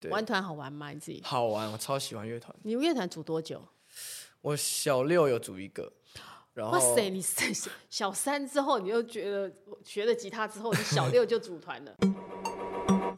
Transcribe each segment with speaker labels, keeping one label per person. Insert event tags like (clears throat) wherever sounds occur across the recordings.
Speaker 1: 对
Speaker 2: 玩团好玩吗？你自己？ (laughs)
Speaker 1: 好玩，我超喜欢乐团。
Speaker 2: 你乐团组多久？
Speaker 1: 我小六有组一个，然后
Speaker 2: 哇塞！你是小三之后，你又觉得学了吉他之后，你小六就组团
Speaker 1: (laughs)
Speaker 2: 了。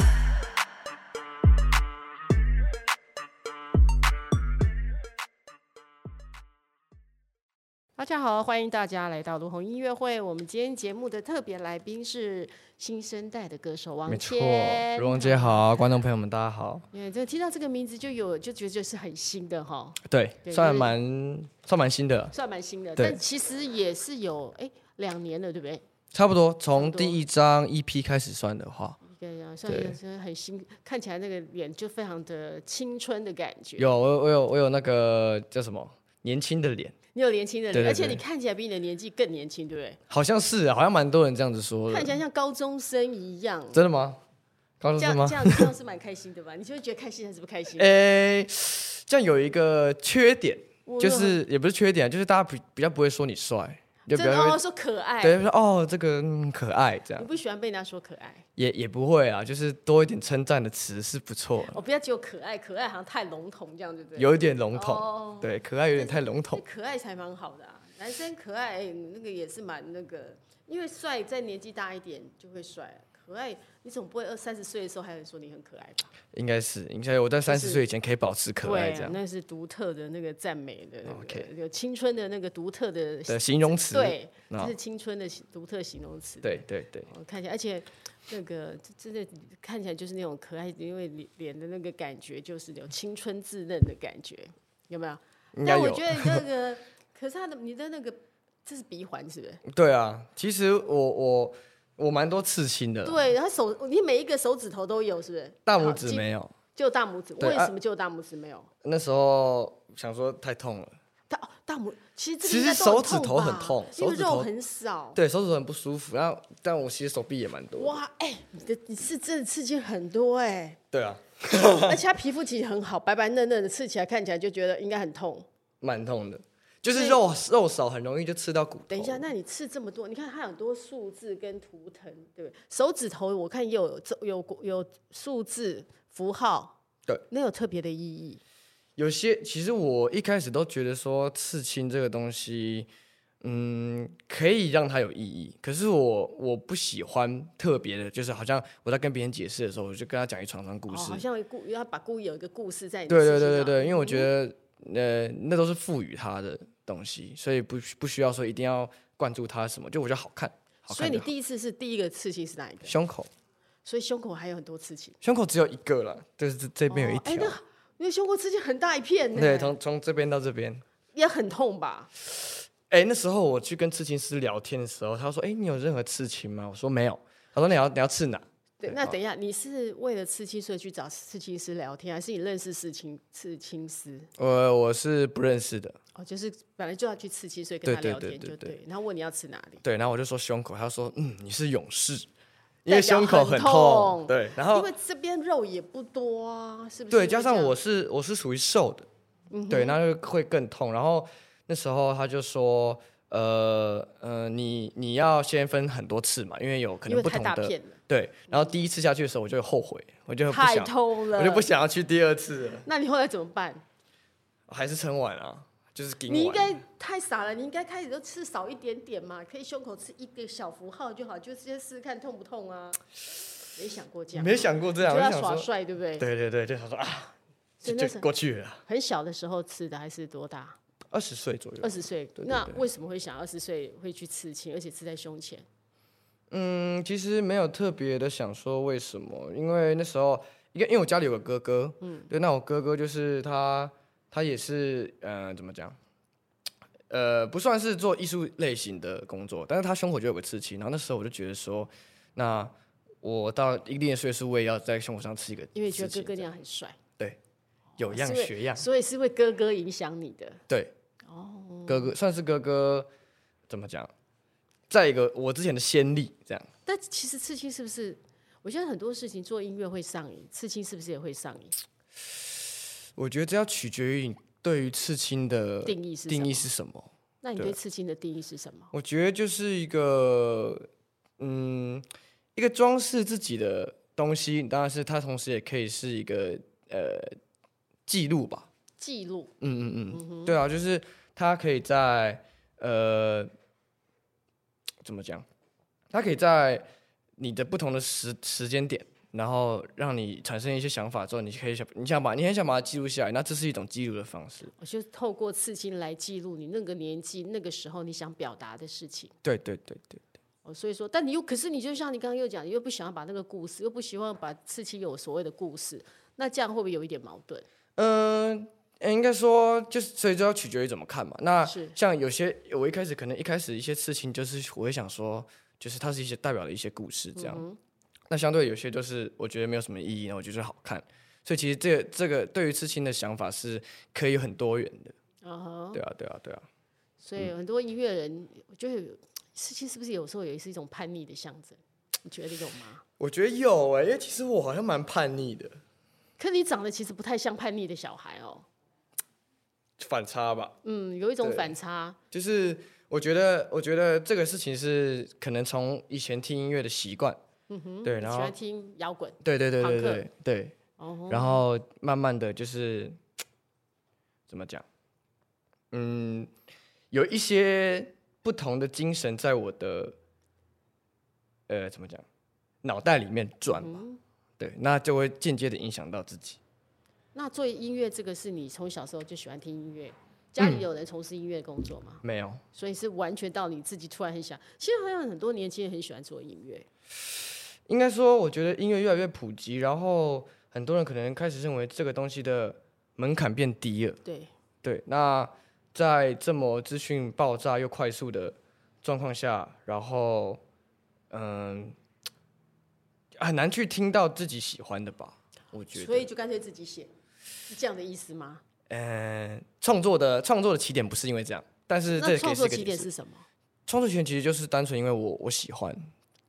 Speaker 2: 大家好，欢迎大家来到卢红音乐会。我们今天节目的特别来宾是新生代的歌手王
Speaker 1: 没错，
Speaker 2: 谦。
Speaker 1: 如龙姐好，观众朋友们大家好。
Speaker 2: 对，这听到这个名字就有就觉得这是很新的哈，
Speaker 1: 对，
Speaker 2: 对就
Speaker 1: 算
Speaker 2: 是
Speaker 1: 蛮算蛮新的，
Speaker 2: 算蛮新的，
Speaker 1: 对
Speaker 2: 但其实也是有哎两年了，对不对？
Speaker 1: 差不多从
Speaker 2: 多
Speaker 1: 第一张 EP 开始算的话，
Speaker 2: 对呀，像
Speaker 1: 对
Speaker 2: 也是很新，看起来那个脸就非常的青春的感觉。
Speaker 1: 有我我有我有那个叫什么年轻的脸，
Speaker 2: 你有年轻的
Speaker 1: 对
Speaker 2: 脸，
Speaker 1: 对
Speaker 2: 而且
Speaker 1: 对
Speaker 2: 你看起来比你的年纪更年轻，对不对？
Speaker 1: 好像是啊好像蛮多人这样子说
Speaker 2: 看起
Speaker 1: 的，
Speaker 2: 来像高中生一样，
Speaker 1: 真的吗？高中
Speaker 2: 这样
Speaker 1: 生吗哎
Speaker 2: 这？样这样是蛮开心的吧？你就会觉得开心还是不开心？
Speaker 1: 诶，这样有一个缺点，
Speaker 2: 我
Speaker 1: 就是也不是缺点，啊就是大家比比较不会说你帅，就
Speaker 2: 真
Speaker 1: 比
Speaker 2: 的
Speaker 1: 较
Speaker 2: 哦，
Speaker 1: 会
Speaker 2: 说可爱，
Speaker 1: 对，就说哦这个嗯可爱这样
Speaker 2: 你，不喜欢被人家说可爱，
Speaker 1: 也也不会啊，就是多一点称赞的词是不错的，
Speaker 2: 哦，不要只有可爱，可爱好像太笼统，这样对不对？
Speaker 1: 有一点笼统，
Speaker 2: 哦，
Speaker 1: 对，可爱有点太笼
Speaker 2: 那
Speaker 1: 统，
Speaker 2: 哎可爱才蛮好的啊，男生可爱、哎那个也是蛮那个，因为帅在年纪大一点就会帅，可爱你总不会二三十岁的时候还有人说你很可爱吧？
Speaker 1: 应该是应该我在三十岁以前可以保持可爱
Speaker 2: 对，啊
Speaker 1: 这样
Speaker 2: 那是独特的那个赞美的、那个
Speaker 1: OK
Speaker 2: 有青春的那个独特的，
Speaker 1: 的形容词，
Speaker 2: 对，
Speaker 1: 啊
Speaker 2: 这是青春的形独特形容词。
Speaker 1: 对对对，
Speaker 2: 哦，看起来，而且那个真的看起来就是那种可爱，因为脸脸的那个感觉就是有青春自认的感觉，有没有？
Speaker 1: 应该
Speaker 2: 但我
Speaker 1: 有
Speaker 2: 觉。得那个，可是他的你的那个，这是鼻环是不是？
Speaker 1: 对啊，其实我我我蛮多刺青的啦，
Speaker 2: 对，然后手你每一个手指头都有是不是？
Speaker 1: 啊大拇
Speaker 2: 好
Speaker 1: 指
Speaker 2: 基
Speaker 1: 没有，
Speaker 2: 就大拇指，
Speaker 1: 对
Speaker 2: 为
Speaker 1: 啊
Speaker 2: 什么就大拇指没有？
Speaker 1: 那时候想说太痛了，
Speaker 2: 大哦大拇其实这个
Speaker 1: 其
Speaker 2: 应
Speaker 1: 实
Speaker 2: 该都
Speaker 1: 手指头
Speaker 2: 很
Speaker 1: 很痛
Speaker 2: 因为
Speaker 1: 手指
Speaker 2: 肉
Speaker 1: 头
Speaker 2: 很少。
Speaker 1: 对手指头很不舒服，然后但我其实手臂也蛮多的，
Speaker 2: 哇，哎、你的你是真的刺激很多
Speaker 1: (laughs)
Speaker 2: 哎、
Speaker 1: 对啊，
Speaker 2: 而且它皮肤其实很好，白白嫩嫩的，刺起来看起来就觉得应该很痛。
Speaker 1: 蛮痛的，就是肉肉少，很容易就刺到骨头。
Speaker 2: 等一下，，那你刺这么多，你看它有很多数字跟图腾，对不对？手指头我看也有有有数字符号，
Speaker 1: 对，
Speaker 2: 那有特别的意义。
Speaker 1: 有些其实我一开始都觉得说刺青这个东西，嗯，可以让它有意义。可是我我不喜欢特别的，就是好像我在跟别人解释的时候，我就跟他讲一床床故
Speaker 2: 哦，
Speaker 1: 事。
Speaker 2: 好像有故要把故意有一个故事在你
Speaker 1: 对
Speaker 2: 刺
Speaker 1: 对
Speaker 2: 青上
Speaker 1: 对对对，因为我觉得呃那都是赋予它的东西，所以不不需要说一定要灌注它什么，就我觉得好看，好
Speaker 2: 所以
Speaker 1: 看就
Speaker 2: 你
Speaker 1: 好。
Speaker 2: 第一次是第一个刺青是哪一个？
Speaker 1: 胸口
Speaker 2: 所以胸口还有很多刺青。
Speaker 1: 胸口只有一个了，就是这这边有一
Speaker 2: 哦哎
Speaker 1: 条，
Speaker 2: 那因为胸口刺青很大一片呢，
Speaker 1: 对，从从这边到这边。
Speaker 2: 也很痛吧？
Speaker 1: 哎、那时候我去跟刺青师聊天的时候，他说：“哎、你有任何刺青吗？”我说：“没有。”他说：“你要你要刺哪
Speaker 2: 对，那等一下，你是为了刺青所以去找刺青师聊天，还是你认识刺青刺青师？？”
Speaker 1: 我我是不认识的。
Speaker 2: 哦，就是本来就要去刺青，所以跟他
Speaker 1: 对对
Speaker 2: 聊天
Speaker 1: 对
Speaker 2: 就
Speaker 1: 对
Speaker 2: 对。然后问你要吃哪里，
Speaker 1: 对，然后我就说胸口，他说：“嗯，你是勇士，因
Speaker 2: 代
Speaker 1: 为
Speaker 2: 表
Speaker 1: 胸口
Speaker 2: 很
Speaker 1: 痛。
Speaker 2: 痛
Speaker 1: 对，然
Speaker 2: 因
Speaker 1: 后
Speaker 2: 为这边肉也不多啊，是不是？
Speaker 1: 哦对，加上
Speaker 2: 这样嗯
Speaker 1: 我是我是属于瘦的，对，那就会更痛。然后那时候他就说：“呃呃，你你要先分很多次嘛，因为有可
Speaker 2: 因
Speaker 1: 能
Speaker 2: 为
Speaker 1: 不
Speaker 2: 太
Speaker 1: 同
Speaker 2: 大
Speaker 1: 的
Speaker 2: 片了，
Speaker 1: 对。”然后第一次下去的时候，我就后悔，我就不
Speaker 2: 太
Speaker 1: 想，
Speaker 2: 痛了，
Speaker 1: 我就不。想要去第二次了。
Speaker 2: 那你后来怎么办？
Speaker 1: 还是撑完啊，就是顶完。
Speaker 2: 你应该太傻了，你应该开始就吃少一点点嘛，可以胸口吃一个小符号就好，就直接试试看痛不痛啊。没想过这样，
Speaker 1: 没想过这样，
Speaker 2: 就
Speaker 1: 我
Speaker 2: 要
Speaker 1: 就
Speaker 2: 耍
Speaker 1: 想说，
Speaker 2: 帅，对不对？
Speaker 1: 对对对，就想说啊，
Speaker 2: 所
Speaker 1: 就
Speaker 2: 以那
Speaker 1: 就
Speaker 2: 时候
Speaker 1: 过去了，
Speaker 2: 很小的时候吃的还是多大？
Speaker 1: 二十岁左右
Speaker 2: 二。十岁。
Speaker 1: 对对
Speaker 2: 那为什么会想二十岁会去刺青，而且刺在胸前？
Speaker 1: 嗯，其实没有特别的想说为什么，因为那时候，因为因为我家里有个哥哥，嗯，对，那我哥哥就是他，他也是，呃，怎么讲？呃，不算是做艺术类型的工作，但是他胸口就有个刺青，然后那时候我就觉得说，那我到一定的岁数，我也要在胸口上刺一个刺
Speaker 2: 因
Speaker 1: 青，
Speaker 2: 为觉得哥哥那样很帅，
Speaker 1: 有样
Speaker 2: 是因为
Speaker 1: 学样，
Speaker 2: 所以是为哥哥影响你的。
Speaker 1: 对，哦，哥哥算是哥哥怎么讲？再一个，我之前的先例这样，
Speaker 2: 但其实刺青是不是？我觉得很多事情做音乐会上瘾，刺青是不是也会上瘾？
Speaker 1: 我觉得这要取决于你对于刺青的
Speaker 2: 定义是什
Speaker 1: 定
Speaker 2: 么？
Speaker 1: 义是什么。
Speaker 2: 那你
Speaker 1: 对
Speaker 2: 对刺青的定义是什么？
Speaker 1: 我觉得就是一个，嗯，一个装饰自己的东西，当然是它同时也可以是一个呃记录吧。
Speaker 2: 记录，
Speaker 1: 嗯嗯嗯，对啊，就是他可以在呃怎么讲，他可以在你的不同的时时间点，然后让你产生一些想法之后，你可以想你想把你很想把它记录下来，那这是一种记录的方式。
Speaker 2: 我就透过刺青来记录你那个年纪、那个时候你想表达的事情。
Speaker 1: 对对对对，
Speaker 2: 哦，所以说，但你又可是你就像你刚刚又讲，你又不想要把那个故事，又不希望把刺青有所谓的故事，那这样会不会有一点矛盾？
Speaker 1: 嗯、呃应该说就是所以就要取决于怎么看嘛。那
Speaker 2: 是
Speaker 1: 像有些我一开始可能一开始一些事情，就是我会想说，就是它是一些代表了一些故事这样。
Speaker 2: 嗯
Speaker 1: 那相对有些就是我觉得没有什么意义，那我觉得就是好看。所以其实这个这个对于刺青的想法是可以很多元的，
Speaker 2: 啊哈，
Speaker 1: 对啊对啊对啊，
Speaker 2: 所以很多音乐人，我觉得刺青是不是有时候也是一种叛逆的象征？你觉得有吗？
Speaker 1: 我觉得有哎、因为其实我好像蛮叛逆的，
Speaker 2: 可你长得其实不太像叛逆的小孩哦，
Speaker 1: 反差吧，
Speaker 2: 嗯，有一种
Speaker 1: 对
Speaker 2: 反差，
Speaker 1: 就是我觉得我觉得这个事情是可能从以前听音乐的习惯，对，
Speaker 2: 你
Speaker 1: 然
Speaker 2: 嗯喜
Speaker 1: 后
Speaker 2: 欢听摇滚，
Speaker 1: 对对对
Speaker 2: 朋
Speaker 1: 对
Speaker 2: 克
Speaker 1: 对对，
Speaker 2: 哦吼，
Speaker 1: 然后慢慢的就是怎么讲，嗯，有一些不同的精神在我的呃怎么讲脑袋里面转吧，对，那就会间接的影响到自己。
Speaker 2: 那做音乐这个是你从小时候就喜欢听音乐，家
Speaker 1: 嗯
Speaker 2: 里有人从事音乐工作吗？
Speaker 1: 没有，
Speaker 2: 所以是完全到你自己突然很想，其实好像很多年轻人很喜欢做音乐，
Speaker 1: 应该说我觉得音乐越来越普及，然后很多人可能开始认为这个东西的门槛变低了。
Speaker 2: 对，
Speaker 1: 对，那在这么资讯爆炸又快速的状况下，然后嗯，很难去听到自己喜欢的吧？我觉
Speaker 2: 所
Speaker 1: 得，
Speaker 2: 以就干脆自己写，是这样的意思吗？
Speaker 1: 嗯、创作的创作的起点不是因为这样，但是这
Speaker 2: 那
Speaker 1: 也
Speaker 2: 创
Speaker 1: 可以
Speaker 2: 作
Speaker 1: 是一个
Speaker 2: 起点
Speaker 1: 点子。
Speaker 2: 是什么？
Speaker 1: 创作权其实就是单纯因为我我喜欢，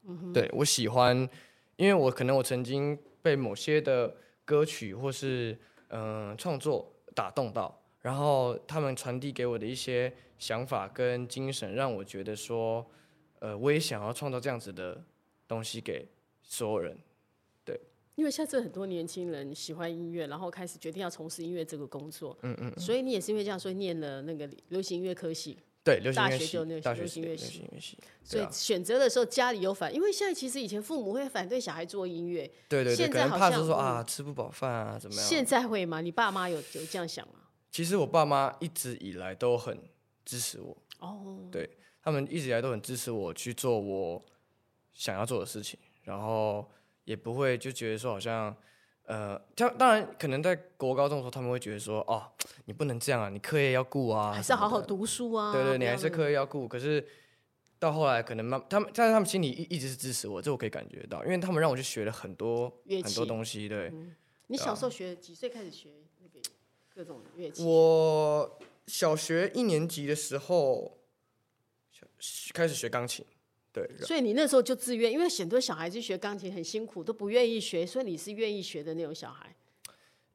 Speaker 2: 嗯
Speaker 1: 对我喜欢，因为我可能我曾经被某些的歌曲或是嗯、呃创作打动到，然后他们传递给我的一些想法跟精神，让我觉得说，呃，我也想要创造这样子的东西给所有人。
Speaker 2: 因为现在这很多年轻人喜欢音乐，然后开始决定要从事音乐这个工作，嗯嗯，所以你也是因为这样，所以念了那个流行音乐科系，
Speaker 1: 对，流行
Speaker 2: 大
Speaker 1: 音乐
Speaker 2: 学
Speaker 1: 系
Speaker 2: 就流，
Speaker 1: 大
Speaker 2: 流
Speaker 1: 学
Speaker 2: 行
Speaker 1: 系，
Speaker 2: 乐
Speaker 1: 流
Speaker 2: 系
Speaker 1: 行音乐系，
Speaker 2: 所
Speaker 1: 对
Speaker 2: 以
Speaker 1: 啊，
Speaker 2: 选择的时候家里有反，因为现在其实以前父母会反对小孩做音乐，
Speaker 1: 对对对，
Speaker 2: 现
Speaker 1: 可
Speaker 2: 在
Speaker 1: 能
Speaker 2: 好
Speaker 1: 怕
Speaker 2: 像
Speaker 1: 是说
Speaker 2: 嗯
Speaker 1: 啊吃不饱饭啊怎么样？
Speaker 2: 现在会吗？你爸妈有有这样想吗？
Speaker 1: 其实我爸妈一直以来都很支持我。
Speaker 2: 哦，
Speaker 1: 对他们一直以来都很支持我去做我想要做的事情，然后也不会就觉得说好像，呃，他当然可能在国高中的时候他们会觉得说，哦，你不能这样啊，你课业要顾啊，
Speaker 2: 还是
Speaker 1: 什
Speaker 2: 要
Speaker 1: 么
Speaker 2: 好好
Speaker 1: 的
Speaker 2: 读书啊，
Speaker 1: 对对，
Speaker 2: 不
Speaker 1: 你
Speaker 2: 要
Speaker 1: 还是
Speaker 2: 那个
Speaker 1: 课业要顾。可是到后来可能慢，他们但是他们心里一一直是支持我，这我可以感觉到，因为他们让我去学了很多
Speaker 2: 乐
Speaker 1: 很多
Speaker 2: 器嗯
Speaker 1: 东西，对。
Speaker 2: 你小
Speaker 1: 啊
Speaker 2: 时候学几岁开始学那个各种乐器？
Speaker 1: 我小学一年级的时候小开始学钢琴，对，
Speaker 2: 所以你那时候就自愿，因为很多小孩子学钢琴很辛苦，都不愿意学，所以你是愿意学的那种小孩。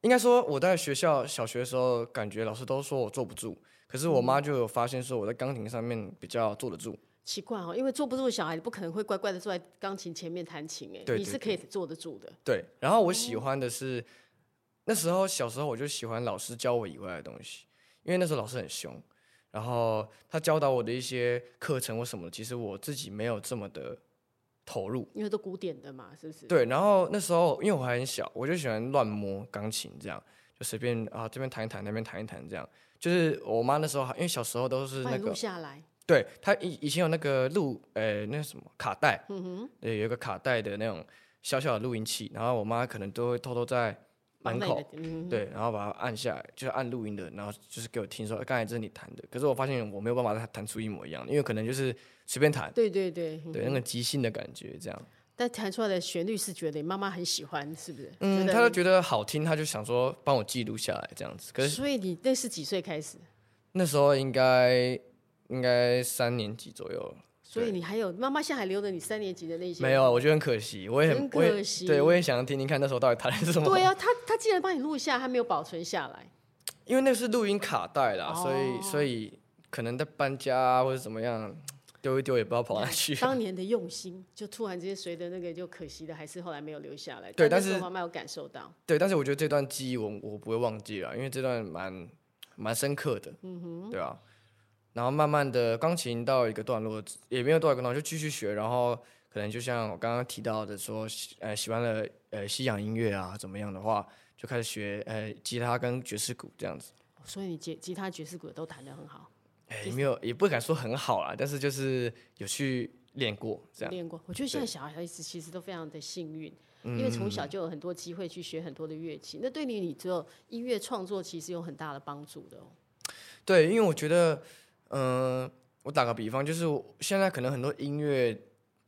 Speaker 1: 应该说我在学校小学的时候，感觉老师都说我坐不住，可是我妈就有发现说我在钢琴上面比较坐得住。
Speaker 2: 奇怪哦，因为坐不住的小孩，你不可能会乖乖的坐在钢琴前面弹琴哎，
Speaker 1: 对
Speaker 2: 你
Speaker 1: 对
Speaker 2: 是可以坐得住的。
Speaker 1: 对，然后我喜欢的是、那时候小时候我就喜欢老师教我以外的东西，因为那时候老师很凶，然后他教导我的一些课程或什么，其实我自己没有这么的投入。
Speaker 2: 因为都古典的嘛，是不是？，
Speaker 1: 对，然后那时候因为我还很小，我就喜欢乱摸钢琴，这样就随便啊这边弹一弹，那边弹一弹，这样。就是我妈那时候还，因为小时候都是
Speaker 2: 把
Speaker 1: 那
Speaker 2: 你
Speaker 1: 个
Speaker 2: 录下来。
Speaker 1: 对他以以前有那个录，呃，那什么卡带，嗯哼，对，有一个卡带的那种小小的录音器，然后我妈可能都会偷偷在门
Speaker 2: 绑在你
Speaker 1: 口
Speaker 2: 的，嗯，
Speaker 1: 对，然后把它按下来，就是按录音的，然后就是给我听说，呃刚才这是你弹的，可是我发现我没有办法弹弹出一模一样的，因为可能就是随便弹，
Speaker 2: 对对对。嗯
Speaker 1: 对，那个即兴的感觉这样，
Speaker 2: 但弹出来的旋律是觉得你妈妈很喜欢，是不是？
Speaker 1: 嗯，
Speaker 2: 觉
Speaker 1: 她就
Speaker 2: 得
Speaker 1: 觉得好听，她就想说帮我记录下来这样子，可
Speaker 2: 你。
Speaker 1: 是
Speaker 2: 所以你那是几岁开始？
Speaker 1: 那时候应该应该三年级左右了。
Speaker 2: 所以你还有妈妈现在还留着你三年级的那些？
Speaker 1: 没。有，我觉得很可惜，我也很
Speaker 2: 真
Speaker 1: 我也
Speaker 2: 可惜
Speaker 1: 对我也想听听看那时候到底弹的是什么。
Speaker 2: 对啊，他他竟然帮你录下，他没有保存下来。哦
Speaker 1: 因为那是录音卡带啦，所以所以可能在搬家啊或者怎么样，丢一丢也不知道跑哪 (laughs) 去。
Speaker 2: 当年的用心，就突然之间随着那个就可惜的，还是后来没有留下来。
Speaker 1: 对
Speaker 2: 那
Speaker 1: 但
Speaker 2: 时候
Speaker 1: 是
Speaker 2: 妈妈有感受到，
Speaker 1: 对，但是我觉得这段记忆我我不会忘记啊了，因为这段蛮蛮深刻的，嗯哼，对啊。然后慢慢的，钢琴到一个段落，也没有多少个段落，就继续学。然后可能就像我刚刚提到的说，喜呃，喜欢了呃西洋音乐啊，怎么样的话，就开始学呃吉他跟爵士鼓这样子。
Speaker 2: 所以你吉吉他、爵士鼓都弹得很好，
Speaker 1: 哎，也没有也不敢说很好啊啦，但是就是有去练过这样。
Speaker 2: 练过。我觉得现在小孩子其实都非常的幸运，
Speaker 1: 嗯
Speaker 2: 因为从小就有很多机会去学很多的乐器，那对你你做音乐创作其实有很大的帮助的哦。
Speaker 1: 对，因为我觉得，嗯、我打个比方，就是我现在可能很多音乐，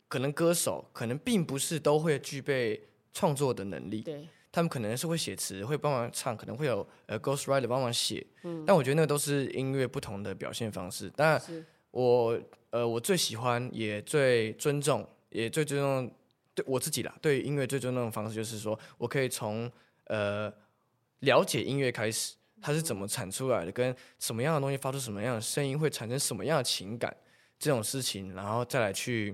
Speaker 1: 可能歌手可能并不是都会具备创作的能力，
Speaker 2: 对，
Speaker 1: 他们可能是会写词，会帮忙唱，可能会有呃 ghost writer 帮忙写，但我觉得那都是音乐不同的表现方式。当然
Speaker 2: 是
Speaker 1: 我呃我最喜欢也最尊重，也最尊重对我自己啦，对音乐最尊重的方式就是说我可以从呃了解音乐开始，它是怎么产出来的，跟什么样的东西发出什么样的声音会产生什么样的情感这种事情，然后再来去。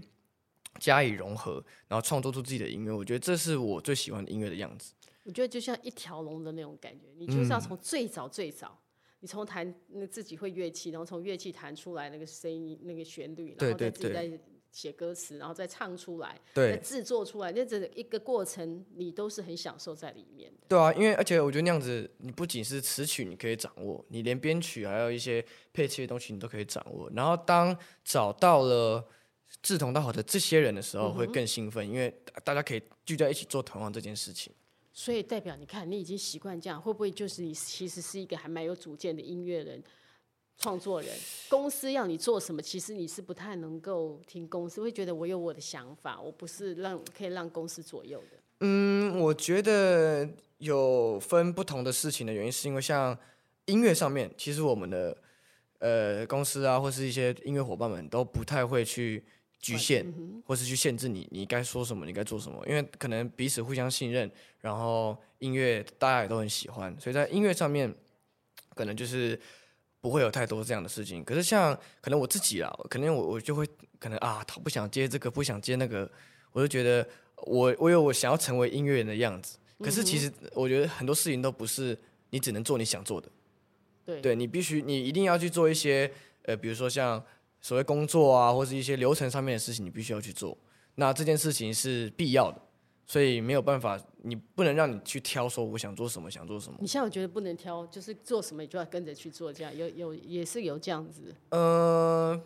Speaker 1: 加以融合，然后创作出自己的音乐，我觉得这是我最喜欢的音乐的样子。
Speaker 2: 我觉得就像一条龙的那种感觉，你
Speaker 1: 嗯
Speaker 2: 就是要从最早最早，你从弹那自己会乐器，然后从乐器弹出来那个声音、那个旋律，然后
Speaker 1: 对
Speaker 2: 再
Speaker 1: 对
Speaker 2: 自己
Speaker 1: 对
Speaker 2: 再写歌词，然后再唱出来，
Speaker 1: 对
Speaker 2: 再制作出来，那整个一个过程你都是很享受在里面的。
Speaker 1: 对啊，因为而且我觉得那样子，你不仅是词曲你可以掌握，你连编曲还有一些配器的东西你都可以掌握。然后当找到了志同道合的这些人的时候，会更兴奋，因为大家可以聚在一起做同样这件事情。
Speaker 2: 所以代表你看，你已经习惯这样，会不会就是你其实是一个还蛮有主见的音乐人、创作人？公司要你做什么，其实你是不太能够听公司，会觉得我有我的想法，我不是让可以让公司左右的。
Speaker 1: 嗯，我觉得有分不同的事情的原因，是因为像音乐上面，其实我们的呃公司啊，或是一些音乐伙伴们都不太会去局限，或是去限制你，你该说什么，你该做什么，因为可能彼此互相信任，然后音乐大家也都很喜欢，所以在音乐上面，可能就是不会有太多这样的事情。可是像可能我自己啊，可能我我就会可能啊，他不想接这个，不想接那个，我就觉得我我有我想要成为音乐人的样子。可是其实我觉得很多事情都不是你只能做你想做的，
Speaker 2: 对
Speaker 1: 对你必须你一定要去做一些呃，比如说像所谓工作啊，或是一些流程上面的事情，你必须要去做。那这件事情是必要的，所以没有办法，你不能让你去挑说我想做什么，想做什么。
Speaker 2: 你像我觉得不能挑，就是做什么你就要跟着去做，这样有有也是有这样子。
Speaker 1: 呃，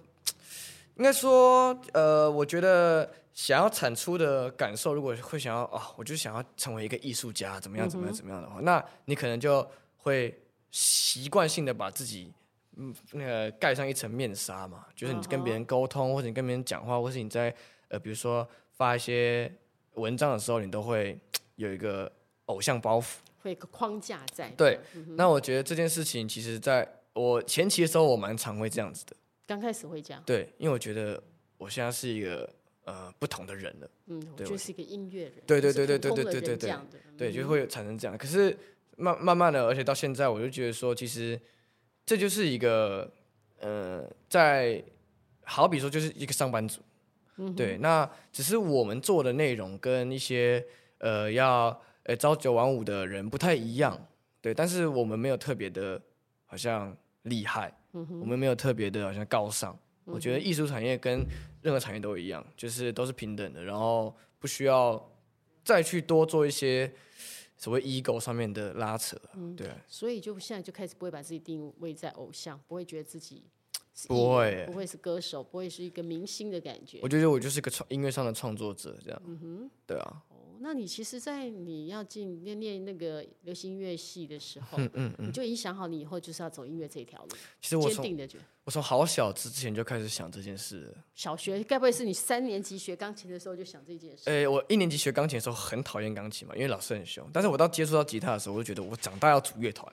Speaker 1: 应该说，呃，我觉得想要产出的感受，如果会想要啊、我就想要成为一个艺术家，怎么样，怎么样，怎么样的话，那你可能就会习惯性的把自己。嗯，那个盖上一层面纱嘛，就是你跟别人沟通，或者你跟别人讲话，或是你在呃，比如说发一些文章的时候，你都会有一个偶像包袱。
Speaker 2: 会有个框架在，
Speaker 1: 对，那我觉得这件事情，其实在我前期的时候，我蛮常会这样子的。
Speaker 2: 刚开始会这样，
Speaker 1: 对，因为我觉得我现在是一个呃不同的人了，
Speaker 2: 嗯，我
Speaker 1: 对
Speaker 2: 就是一个音乐人，
Speaker 1: 对对
Speaker 2: 就是
Speaker 1: 对对
Speaker 2: 普通
Speaker 1: 对
Speaker 2: 的
Speaker 1: 对对
Speaker 2: 人
Speaker 1: 对
Speaker 2: 这样的，嗯
Speaker 1: 对，就会有产生这样。可是慢慢慢的，而且到现在，我就觉得说，其实这就是一个呃，在好比说就是一个上班族，对，那只是我们做的内容跟一些呃要呃朝九晚五的人不太一样，对，但是我们没有特别的，好像厉害，我们没有特别的，好像高尚。我觉得艺术产业跟任何产业都一样，就是都是平等的，然后不需要再去多做一些所谓 ego 上面的拉扯啊，
Speaker 2: 嗯
Speaker 1: 对啊，
Speaker 2: 所以就现在就开始不会把自己定位在偶像，不会觉得自己是
Speaker 1: 不
Speaker 2: 艺人
Speaker 1: 会
Speaker 2: 不会是歌手，不会是一个明星的感觉
Speaker 1: 我。觉得我就是个创音乐上的创作者，这样，
Speaker 2: 嗯
Speaker 1: 对啊，
Speaker 2: 哦，那你其实，在你要进念念那个流行音乐系的时
Speaker 1: (laughs)
Speaker 2: 候，
Speaker 1: 嗯
Speaker 2: 你就已经想好你以后就是要走音乐这一条路，
Speaker 1: 其实我
Speaker 2: 坚
Speaker 1: 从
Speaker 2: 定的觉得。
Speaker 1: 我从好小之之前就开始想这件事了，
Speaker 2: 小学该不会是你三年级学钢琴的时候就想这件事？
Speaker 1: 诶，我一年级学钢琴的时候很讨厌钢琴嘛，因为老师很凶，但是我到接触到吉他的时候，我就觉得我长大要组乐团，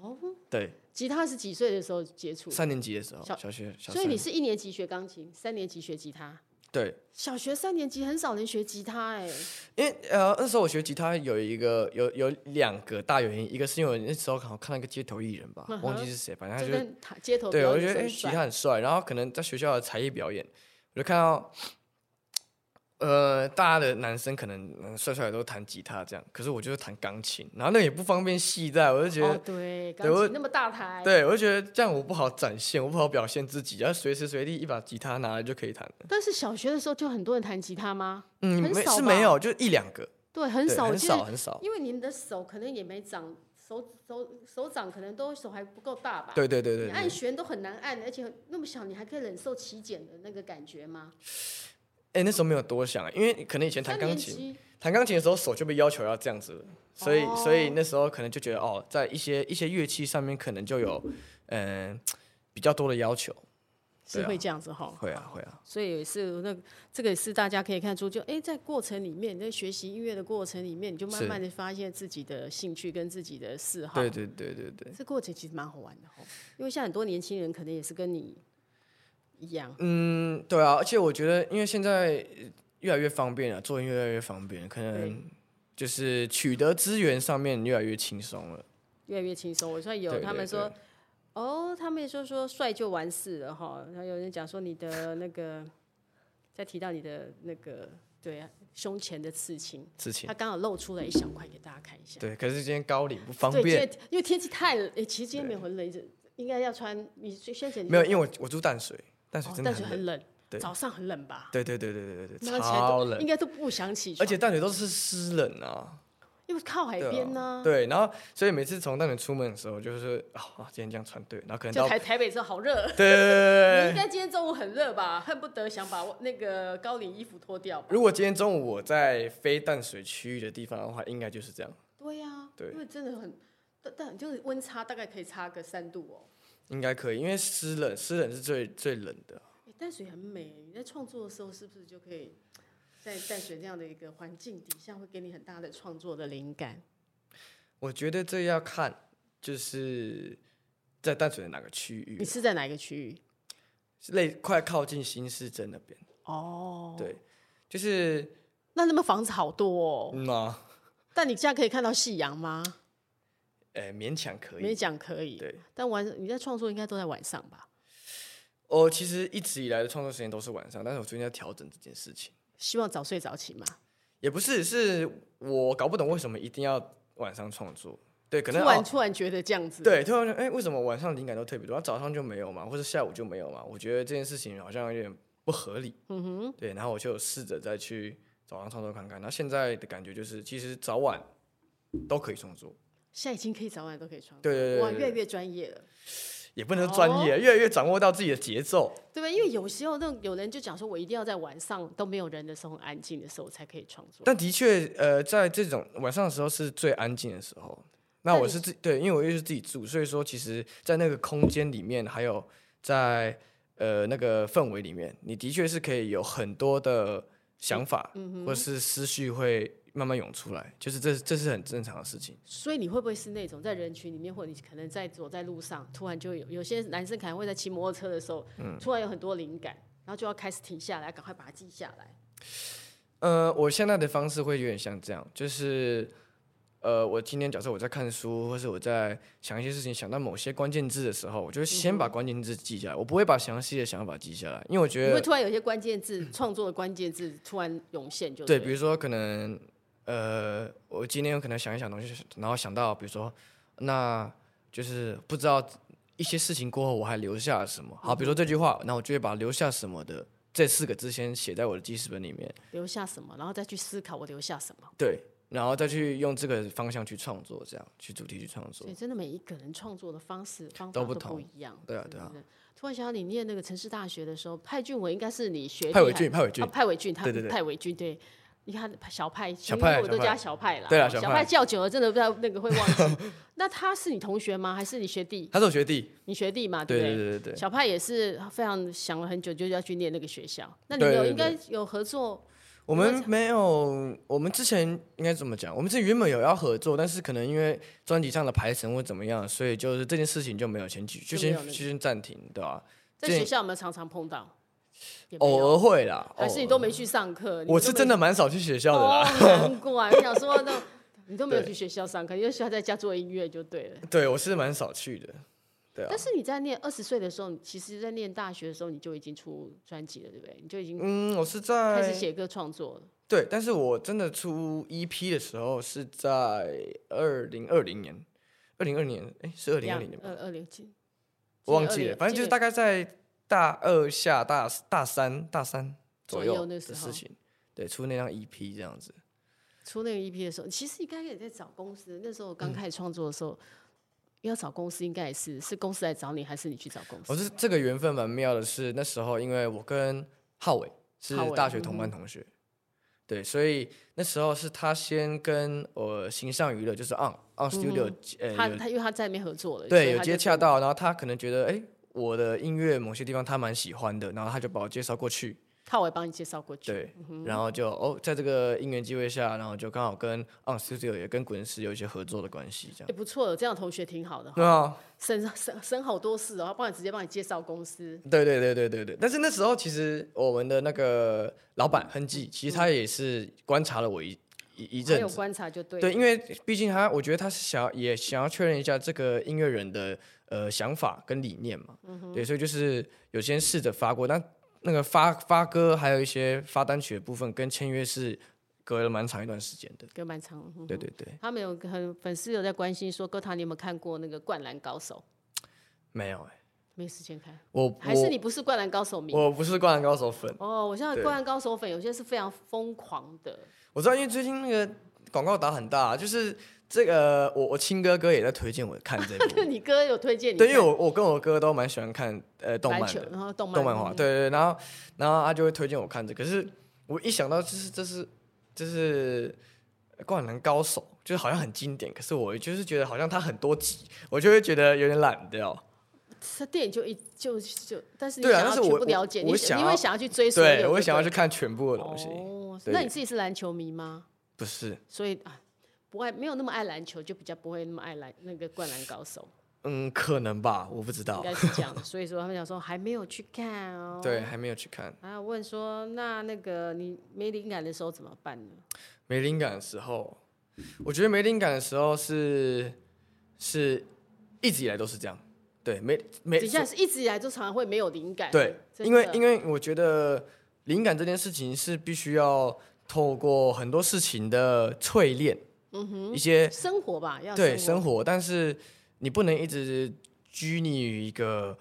Speaker 2: 哦
Speaker 1: 对，
Speaker 2: 吉他是几岁的时候接触？
Speaker 1: 三年级的时候，
Speaker 2: 小
Speaker 1: 小学小
Speaker 2: 所以你
Speaker 1: 三，
Speaker 2: 是一年级学钢琴，三年级学吉他，
Speaker 1: 对，
Speaker 2: 小学三年级很少人学吉他哎、
Speaker 1: 因为呃那时候我学吉他有一个有有两个大原因，一个是因为那时候好像看到一个街头艺人吧，
Speaker 2: 嗯哼
Speaker 1: 忘记是谁，反正他
Speaker 2: 就
Speaker 1: 就是
Speaker 2: 跟他街头
Speaker 1: 对
Speaker 2: 表
Speaker 1: 我就
Speaker 2: 演
Speaker 1: 觉
Speaker 2: 是
Speaker 1: 得哎、
Speaker 2: 很
Speaker 1: 吉
Speaker 2: 帅
Speaker 1: 他很帅，然后可能在学校的才艺表演，我就看到呃大家的男生可能嗯帅帅的都弹吉他这样，可是我就是弹钢琴，然后那也不方便系带，我就觉得。
Speaker 2: 哦，对，
Speaker 1: 对
Speaker 2: 钢
Speaker 1: 我
Speaker 2: 琴那么大台，
Speaker 1: 对，我就觉得这样我不好展现，我不好表现自己，然后随时随地一把吉他拿来就可以弹了。
Speaker 2: 但是小学的时候就很多人弹吉他吗？
Speaker 1: 嗯，
Speaker 2: 很
Speaker 1: 没
Speaker 2: 少
Speaker 1: 是
Speaker 2: 吧
Speaker 1: 没有，就一两个，
Speaker 2: 对，很
Speaker 1: 对
Speaker 2: 少，
Speaker 1: 很
Speaker 2: 就是
Speaker 1: 少，很少。
Speaker 2: 因为您的手可能也没长，手手手掌可能都手还不够大吧？
Speaker 1: 对对对对
Speaker 2: 你
Speaker 1: 对
Speaker 2: 按弦都很难按，而且那么小，你还可以忍受起茧的那个感觉吗？
Speaker 1: 哎、那时候没有多想，因为可能以前弹
Speaker 2: 三
Speaker 1: 钢
Speaker 2: 年
Speaker 1: 琴，啊
Speaker 2: 级
Speaker 1: 弹钢琴的时候手就被要求要这样子了，所以、所以
Speaker 2: 哦
Speaker 1: 那时候可能就觉得哦，在一些一些乐器上面可能就有嗯、比较多的要求，
Speaker 2: 是
Speaker 1: 对啊
Speaker 2: 会这样子哈，
Speaker 1: 会啊会啊，
Speaker 2: 所以也是那这个也是大家可以看出，就哎，在过程里面，你在学习音乐的过程里面，你就慢
Speaker 1: 是
Speaker 2: 慢的发现自己的兴趣跟自己的嗜好。
Speaker 1: 对对对对对，
Speaker 2: 这过程其实蛮好玩的哦，因为像很多年轻人可能也是跟你一样，
Speaker 1: 嗯对啊，而且我觉得因为现在呃越来越方便了，做音乐越来越方便，可能就是取得资源上面越来越轻松了，
Speaker 2: 越来越轻松。我说有
Speaker 1: 对
Speaker 2: 他
Speaker 1: 对
Speaker 2: 们
Speaker 1: 对
Speaker 2: 说，哦，他们就说帅就完事了哈。然后有人讲说你的
Speaker 1: (laughs)
Speaker 2: 那个，再提到你的那个对啊胸前的刺青，
Speaker 1: 事情
Speaker 2: 他刚好露出来一小块给大家看一下。
Speaker 1: 对，可是今天高领不方
Speaker 2: 对，因
Speaker 1: 便，
Speaker 2: 为因为天气太冷，哎，其实今天没有很冷，一直应该要穿。你先姐你
Speaker 1: 没有，因为我我住淡水，淡水
Speaker 2: 哦
Speaker 1: 真的
Speaker 2: 淡水
Speaker 1: 很冷，
Speaker 2: 很冷，
Speaker 1: 对
Speaker 2: 早上很冷吧？
Speaker 1: 对对对对对对
Speaker 2: 然后起来
Speaker 1: 对，超
Speaker 2: 都
Speaker 1: 冷
Speaker 2: 应，该都不想起床，
Speaker 1: 而且淡水都是湿冷啊。
Speaker 2: 因为靠海
Speaker 1: 对啊
Speaker 2: 边呢、
Speaker 1: 对，然后所以每次从淡水出门的时候，就是啊、啊今天这样穿对，然后可能
Speaker 2: 就
Speaker 1: 到
Speaker 2: 台台北这好热。
Speaker 1: 对对对对
Speaker 2: 你
Speaker 1: 对
Speaker 2: 应
Speaker 1: 对。
Speaker 2: 该今天中午很热吧？恨不得想把我那个高领衣服脱掉吧。
Speaker 1: 如果今天中午我在非淡水区域的地方的话，应该就是这样，
Speaker 2: 对呀、
Speaker 1: 对
Speaker 2: 因为真的很，但但就是温差大概可以差个三度哦。
Speaker 1: 应该可以，因为湿冷，湿冷是最最冷的。
Speaker 2: 诶淡水很美，你在创作的时候是不是就可以在淡水这样的一个环境底下，会给你很大的创作的灵感？
Speaker 1: 我觉得这要看就是在淡水的哪个区域
Speaker 2: 你，是在哪一个区域？
Speaker 1: 是类快靠近新市镇那边，
Speaker 2: 哦，
Speaker 1: 对，就是
Speaker 2: 那那边房子好多哦，
Speaker 1: 嗯啊，
Speaker 2: 但你这样可以看到夕阳吗？
Speaker 1: 哎，勉强可
Speaker 2: 没
Speaker 1: 以。
Speaker 2: 讲可以，
Speaker 1: 对，
Speaker 2: 但晚你在创作应该都在晚上吧？
Speaker 1: 我其实一直以来的创作时间都是晚上，但是我最近在调整这件事情。
Speaker 2: 希望早睡早起嘛。
Speaker 1: 也不是，是我搞不懂为什么一定要晚上创作。对，可能
Speaker 2: 突然
Speaker 1: 哦
Speaker 2: 突然觉得这样子，
Speaker 1: 对，突然就哎，为什么晚上灵感都特别多，然后早上就没有嘛，或者下午就没有嘛？我觉得这件事情好像有点不合理。嗯哼，对，然后我就试着再去早上创作看看。那现在的感觉就是，其实早晚都可以创作。
Speaker 2: 现在已经可以早晚都可以创作，
Speaker 1: 对对
Speaker 2: 哇，
Speaker 1: 对对
Speaker 2: 越来哦
Speaker 1: 对，
Speaker 2: 越专业了，
Speaker 1: 也不能说专业，越来越掌握到自己的节奏。
Speaker 2: 对吧？因为有时候那种有人就讲说，我一定要在晚上都没有人的时候、很安静的时候才可以创作。
Speaker 1: 但的确，呃，在这种晚上的时候是最安静的时候。那
Speaker 2: 那
Speaker 1: 我
Speaker 2: 你
Speaker 1: 是自对，因为我又是自己住，所以说其实，在那个空间里面，还有在呃那个氛围里面，你的确是可以有很多的想法，
Speaker 2: 嗯
Speaker 1: 或是思绪会慢慢涌出来，就是这这是很正常的事情。
Speaker 2: 所以你会不会是那种在人群里面，或者你可能在走在路上，突然就有有些男生可能会在骑摩托车的时候，
Speaker 1: 嗯
Speaker 2: 突然有很多灵感，然后就要开始停下来，赶快把它记下来。
Speaker 1: 呃，我现在的方式会有点像这样，就是，呃，我今天假设我在看书，或是我在想一些事情，想到某些关键字的时候，我就会先把关键字记下来，我不会把详细的想法记下来，因为我觉
Speaker 2: 你会
Speaker 1: 得，
Speaker 2: 突然有一些关键
Speaker 1: (clears throat)
Speaker 2: 字，创作的关键字突然涌现就，
Speaker 1: 对，比如说可能，呃，我今天有可能想一想东西，然后想到，比如说，那就是不知道一些事情过后我还留下了什么，好，比如说这句话，那我就会把留下什么的这四个字先写在我的记事本里面，
Speaker 2: 留下什么，然后再去思考我留下什么。
Speaker 1: 对，然后再去用这个方向去创作，这样去主题去创作
Speaker 2: 所以。真的每一个人创作的方式方法
Speaker 1: 都
Speaker 2: 都
Speaker 1: 不
Speaker 2: 不
Speaker 1: 同
Speaker 2: 一样。
Speaker 1: 对啊
Speaker 2: 是
Speaker 1: 对啊
Speaker 2: 不是。突然想到你念那个城市大学的时候，派俊文应该是你学弟
Speaker 1: 派伟
Speaker 2: 还
Speaker 1: 俊，派伟俊
Speaker 2: 啊，，派伟俊，他
Speaker 1: 对对对
Speaker 2: 派伟俊对。你看小派，
Speaker 1: 小
Speaker 2: 因
Speaker 1: 派
Speaker 2: 为我都
Speaker 1: 小派
Speaker 2: 叫他小派啦。
Speaker 1: 对啊
Speaker 2: 哦
Speaker 1: 小
Speaker 2: 小
Speaker 1: 派
Speaker 2: 叫久了真的不知道那个会忘
Speaker 1: (laughs)
Speaker 2: 记。那他是你同学吗？还是你学弟？
Speaker 1: 他是我学弟。
Speaker 2: 你学啊弟嘛，
Speaker 1: 对
Speaker 2: 不
Speaker 1: 对对对对，
Speaker 2: 小派也是非常想了很久，就要去念那个学校。那你
Speaker 1: 对
Speaker 2: 们有
Speaker 1: 对
Speaker 2: 应该有合作？
Speaker 1: 我们没有，我们之前应该怎么讲？我们之前原本有要合作，但是可能因为专辑上的排程或怎么样，所以就是这件事情就没有先去，
Speaker 2: 就
Speaker 1: 就
Speaker 2: 没
Speaker 1: 先
Speaker 2: 有那个
Speaker 1: 就先暂停，对吧、
Speaker 2: 在
Speaker 1: 这
Speaker 2: 学校有没有常常碰到？也没有
Speaker 1: 偶尔会啦，
Speaker 2: 还是你
Speaker 1: 偶
Speaker 2: 都
Speaker 1: 尔
Speaker 2: 没去上课？你
Speaker 1: 我
Speaker 2: 都
Speaker 1: 是
Speaker 2: 没
Speaker 1: 真的蛮少去学校的啦。
Speaker 2: 哦，难怪，我想说
Speaker 1: (laughs)
Speaker 2: 那你都没有
Speaker 1: 对
Speaker 2: 去学校上课，你就喜欢在家做音乐就对了。
Speaker 1: 对，我是蛮少去的。对啊
Speaker 2: 但，是你在念二十岁的时候，你其实，在念大学的时候，你就已经出专辑了，对不对？你就已经
Speaker 1: 嗯，我是
Speaker 2: 开始
Speaker 1: 在
Speaker 2: 写歌创作了。
Speaker 1: 对，但是我真的出 EP 的时候是在二零二零年，二零二年，哎，是二零二零年吧？
Speaker 2: 二二零七，
Speaker 1: 我忘记了，反正就是大
Speaker 2: 概
Speaker 1: 概在大二下大大三大三左
Speaker 2: 左
Speaker 1: 右
Speaker 2: 右那
Speaker 1: 的
Speaker 2: 时
Speaker 1: 事
Speaker 2: 候
Speaker 1: 情。对，出那张 EP 这样子。
Speaker 2: 出那个 EP 的时候，其实应该也在找公司。那时候我
Speaker 1: 嗯
Speaker 2: 刚开始创作的时候，要找公司应该也是是公司来找你，还是你去找公司？
Speaker 1: 我是这个缘分蛮妙的是，那时候因为我跟浩伟是
Speaker 2: 浩伟嗯
Speaker 1: 大学同班同学，对，所以那时候是他先跟我形象娱乐就是 on on studio，、
Speaker 2: 他
Speaker 1: 呃，有
Speaker 2: 嗯他因为他在那边合作了，所以
Speaker 1: 对有
Speaker 2: 他就
Speaker 1: 接洽到，然后他可能觉得哎、诶我的音乐某些地方他蛮喜欢的，然后他就把我介绍过去，
Speaker 2: 浩伟帮你介绍过去。嗯
Speaker 1: 对，然后就哦，在这个因缘机会下，然后就刚好跟 on studio 也跟滚石有一些合作的关系，这样
Speaker 2: 也不错了，这样的同学挺好的哈，
Speaker 1: 对啊，
Speaker 2: 省省省好多事哦，他帮你直接帮你介绍公司，
Speaker 1: 对对对对对对，但是那时候其实我们的那个老板亨记，其
Speaker 2: 嗯
Speaker 1: 实他也是观察了我一一一
Speaker 2: 还
Speaker 1: 阵
Speaker 2: 有
Speaker 1: 子，
Speaker 2: 观察就对了。
Speaker 1: 对，因为毕竟他，我觉得他是想要也想要确认一下这个音乐人的呃想法跟理念嘛，
Speaker 2: 嗯
Speaker 1: 对，所以就是有先试着发过，但那个发发歌还有一些发单曲的部分跟签约是隔了蛮长一段时间的，
Speaker 2: 歌蛮长。嗯
Speaker 1: 对对对，
Speaker 2: 他们有很粉丝有在关心说，哥堂你有没有看过那个《灌篮高手》？
Speaker 1: 没有哎、
Speaker 2: 没时间看，
Speaker 1: 我
Speaker 2: 还是
Speaker 1: 我
Speaker 2: 你不是《灌篮高手》迷？
Speaker 1: 我不是灌篮高手粉，
Speaker 2: 哦，我现在《
Speaker 1: 对
Speaker 2: 灌篮高手》粉有些是非常疯狂的， (laughs)
Speaker 1: 我知道，因为最近那个广告打很大，啊就是这个我我亲哥哥也在推荐我看
Speaker 2: (laughs)
Speaker 1: 这部，
Speaker 2: 你哥有推荐你
Speaker 1: 对，因为
Speaker 2: 看
Speaker 1: 我我跟我哥都蛮喜欢看呃动漫
Speaker 2: 篮球，
Speaker 1: 的
Speaker 2: 然后动漫
Speaker 1: 动漫画，
Speaker 2: 嗯
Speaker 1: 对对对，然后然后他就会推荐我看这，可是我一想到就是这是这是灌篮高手，就是好像很经典，可是我就是觉得好像它很多集，我就会觉得有点懒掉，
Speaker 2: 他电影就一就就，但是你
Speaker 1: 对啊
Speaker 2: 想要
Speaker 1: 但是
Speaker 2: 全
Speaker 1: 我
Speaker 2: 部了解，
Speaker 1: 我
Speaker 2: 你
Speaker 1: 我
Speaker 2: 想
Speaker 1: 想
Speaker 2: 你会
Speaker 1: 要
Speaker 2: 想要去追溯，
Speaker 1: 对我想要去看全部的东西，
Speaker 2: 哦，
Speaker 1: 对
Speaker 2: 那你自己是篮球迷吗？
Speaker 1: 不是，
Speaker 2: 所以啊，不爱没有那么爱篮球，就比较不会那么爱篮那个灌篮高手，
Speaker 1: 嗯，可能吧，我不知
Speaker 2: 应
Speaker 1: 道，
Speaker 2: 该是这样的。所以说他们讲说还没有去看哦。
Speaker 1: 对，。还没有去看。
Speaker 2: 还有问说，那那个你没灵感的时候怎么办呢？
Speaker 1: 没灵感的时候，我觉得没灵感的时候是是一直以来都是这样，对，没没
Speaker 2: 底下是一直以来就常常会没有灵感。
Speaker 1: 对，因为因
Speaker 2: 为
Speaker 1: 为我觉得灵感这件事情是必须要透过很多事情的淬炼，嗯哼，一些
Speaker 2: 生活吧，要
Speaker 1: 对
Speaker 2: 生
Speaker 1: 生活，但是你不能一直拘泥于一个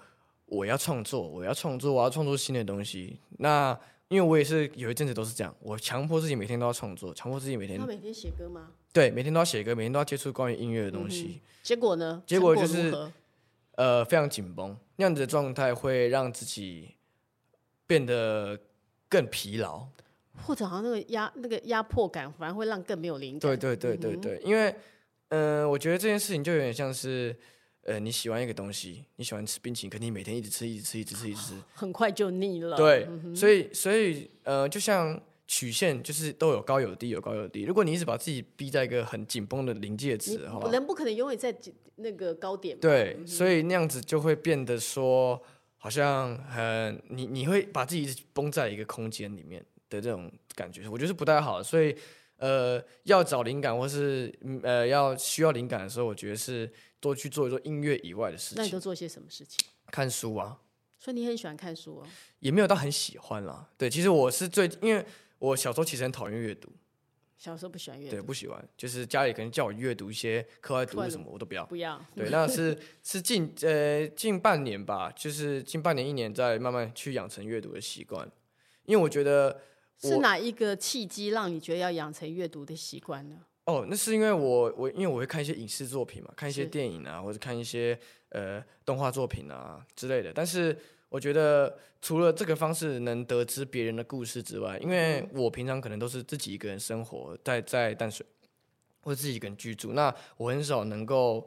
Speaker 1: 我要创作，我要创作，我要创作新的东西。那因为我也是有一阵子都是这样，我强迫自己每天都要创作，强迫自己每天
Speaker 2: 他每天写歌吗？
Speaker 1: 对，每天都要写歌，每天都要接触关于音乐的东西，
Speaker 2: 结果呢？
Speaker 1: 结果
Speaker 2: 成
Speaker 1: 就是
Speaker 2: 如何
Speaker 1: 呃，非常紧绷。那样子的状态会让自己变得更疲劳。
Speaker 2: 或者好像那个压那个压迫感，反而会让更没有灵感。
Speaker 1: 对对对对对，因为嗯、呃我觉得这件事情就有点像是，呃，你喜欢一个东西，你喜欢吃冰淇淋，可你每天一直吃，一直吃，一直吃，一直吃。
Speaker 2: 很快就腻了。，
Speaker 1: 对，所以所以呃，就像曲线，就是都有高有低，有高有低。如果你一直把自己逼在一个很紧绷的临界值
Speaker 2: 你
Speaker 1: 的话，
Speaker 2: 人不可能永远在那个高点嘛。
Speaker 1: 对，所以那样子就会变得说，好像很你你会把自己一直绷在一个空间里面的这种感觉，我觉得是不太好的。所以呃，要找灵感或是嗯呃要需要灵感的时候，我觉得是多去做一做音乐以外的事
Speaker 2: 那你
Speaker 1: 情，
Speaker 2: 都做些什么事情？
Speaker 1: 看书啊，
Speaker 2: 所以你很喜欢看书哦。
Speaker 1: 也没有到很喜欢啦。对，其实我是最因为。我小时候其实很讨厌阅读，
Speaker 2: 小时候不喜欢阅
Speaker 1: 对，
Speaker 2: 读，
Speaker 1: 不喜欢，就是家里可能叫我阅读一些课外读
Speaker 2: 课外
Speaker 1: 物什么，我都不要。
Speaker 2: 不要。
Speaker 1: 对，那是是近呃近半年吧，就是近半年一年在慢慢去养成阅读的习惯，因为我觉得
Speaker 2: 是哪一个契机让你觉得要养成阅读的习惯呢？
Speaker 1: 哦，那是因为我我因为我会看一些影视作品嘛，看一些
Speaker 2: 是
Speaker 1: 电影啊，或者看一些呃动画作品啊之类的，但是。我觉得除了这个方式能得知别人的故事之外，因为我平常可能都是自己一个人生活在在淡水，或者自己一个人居住，那我很少能够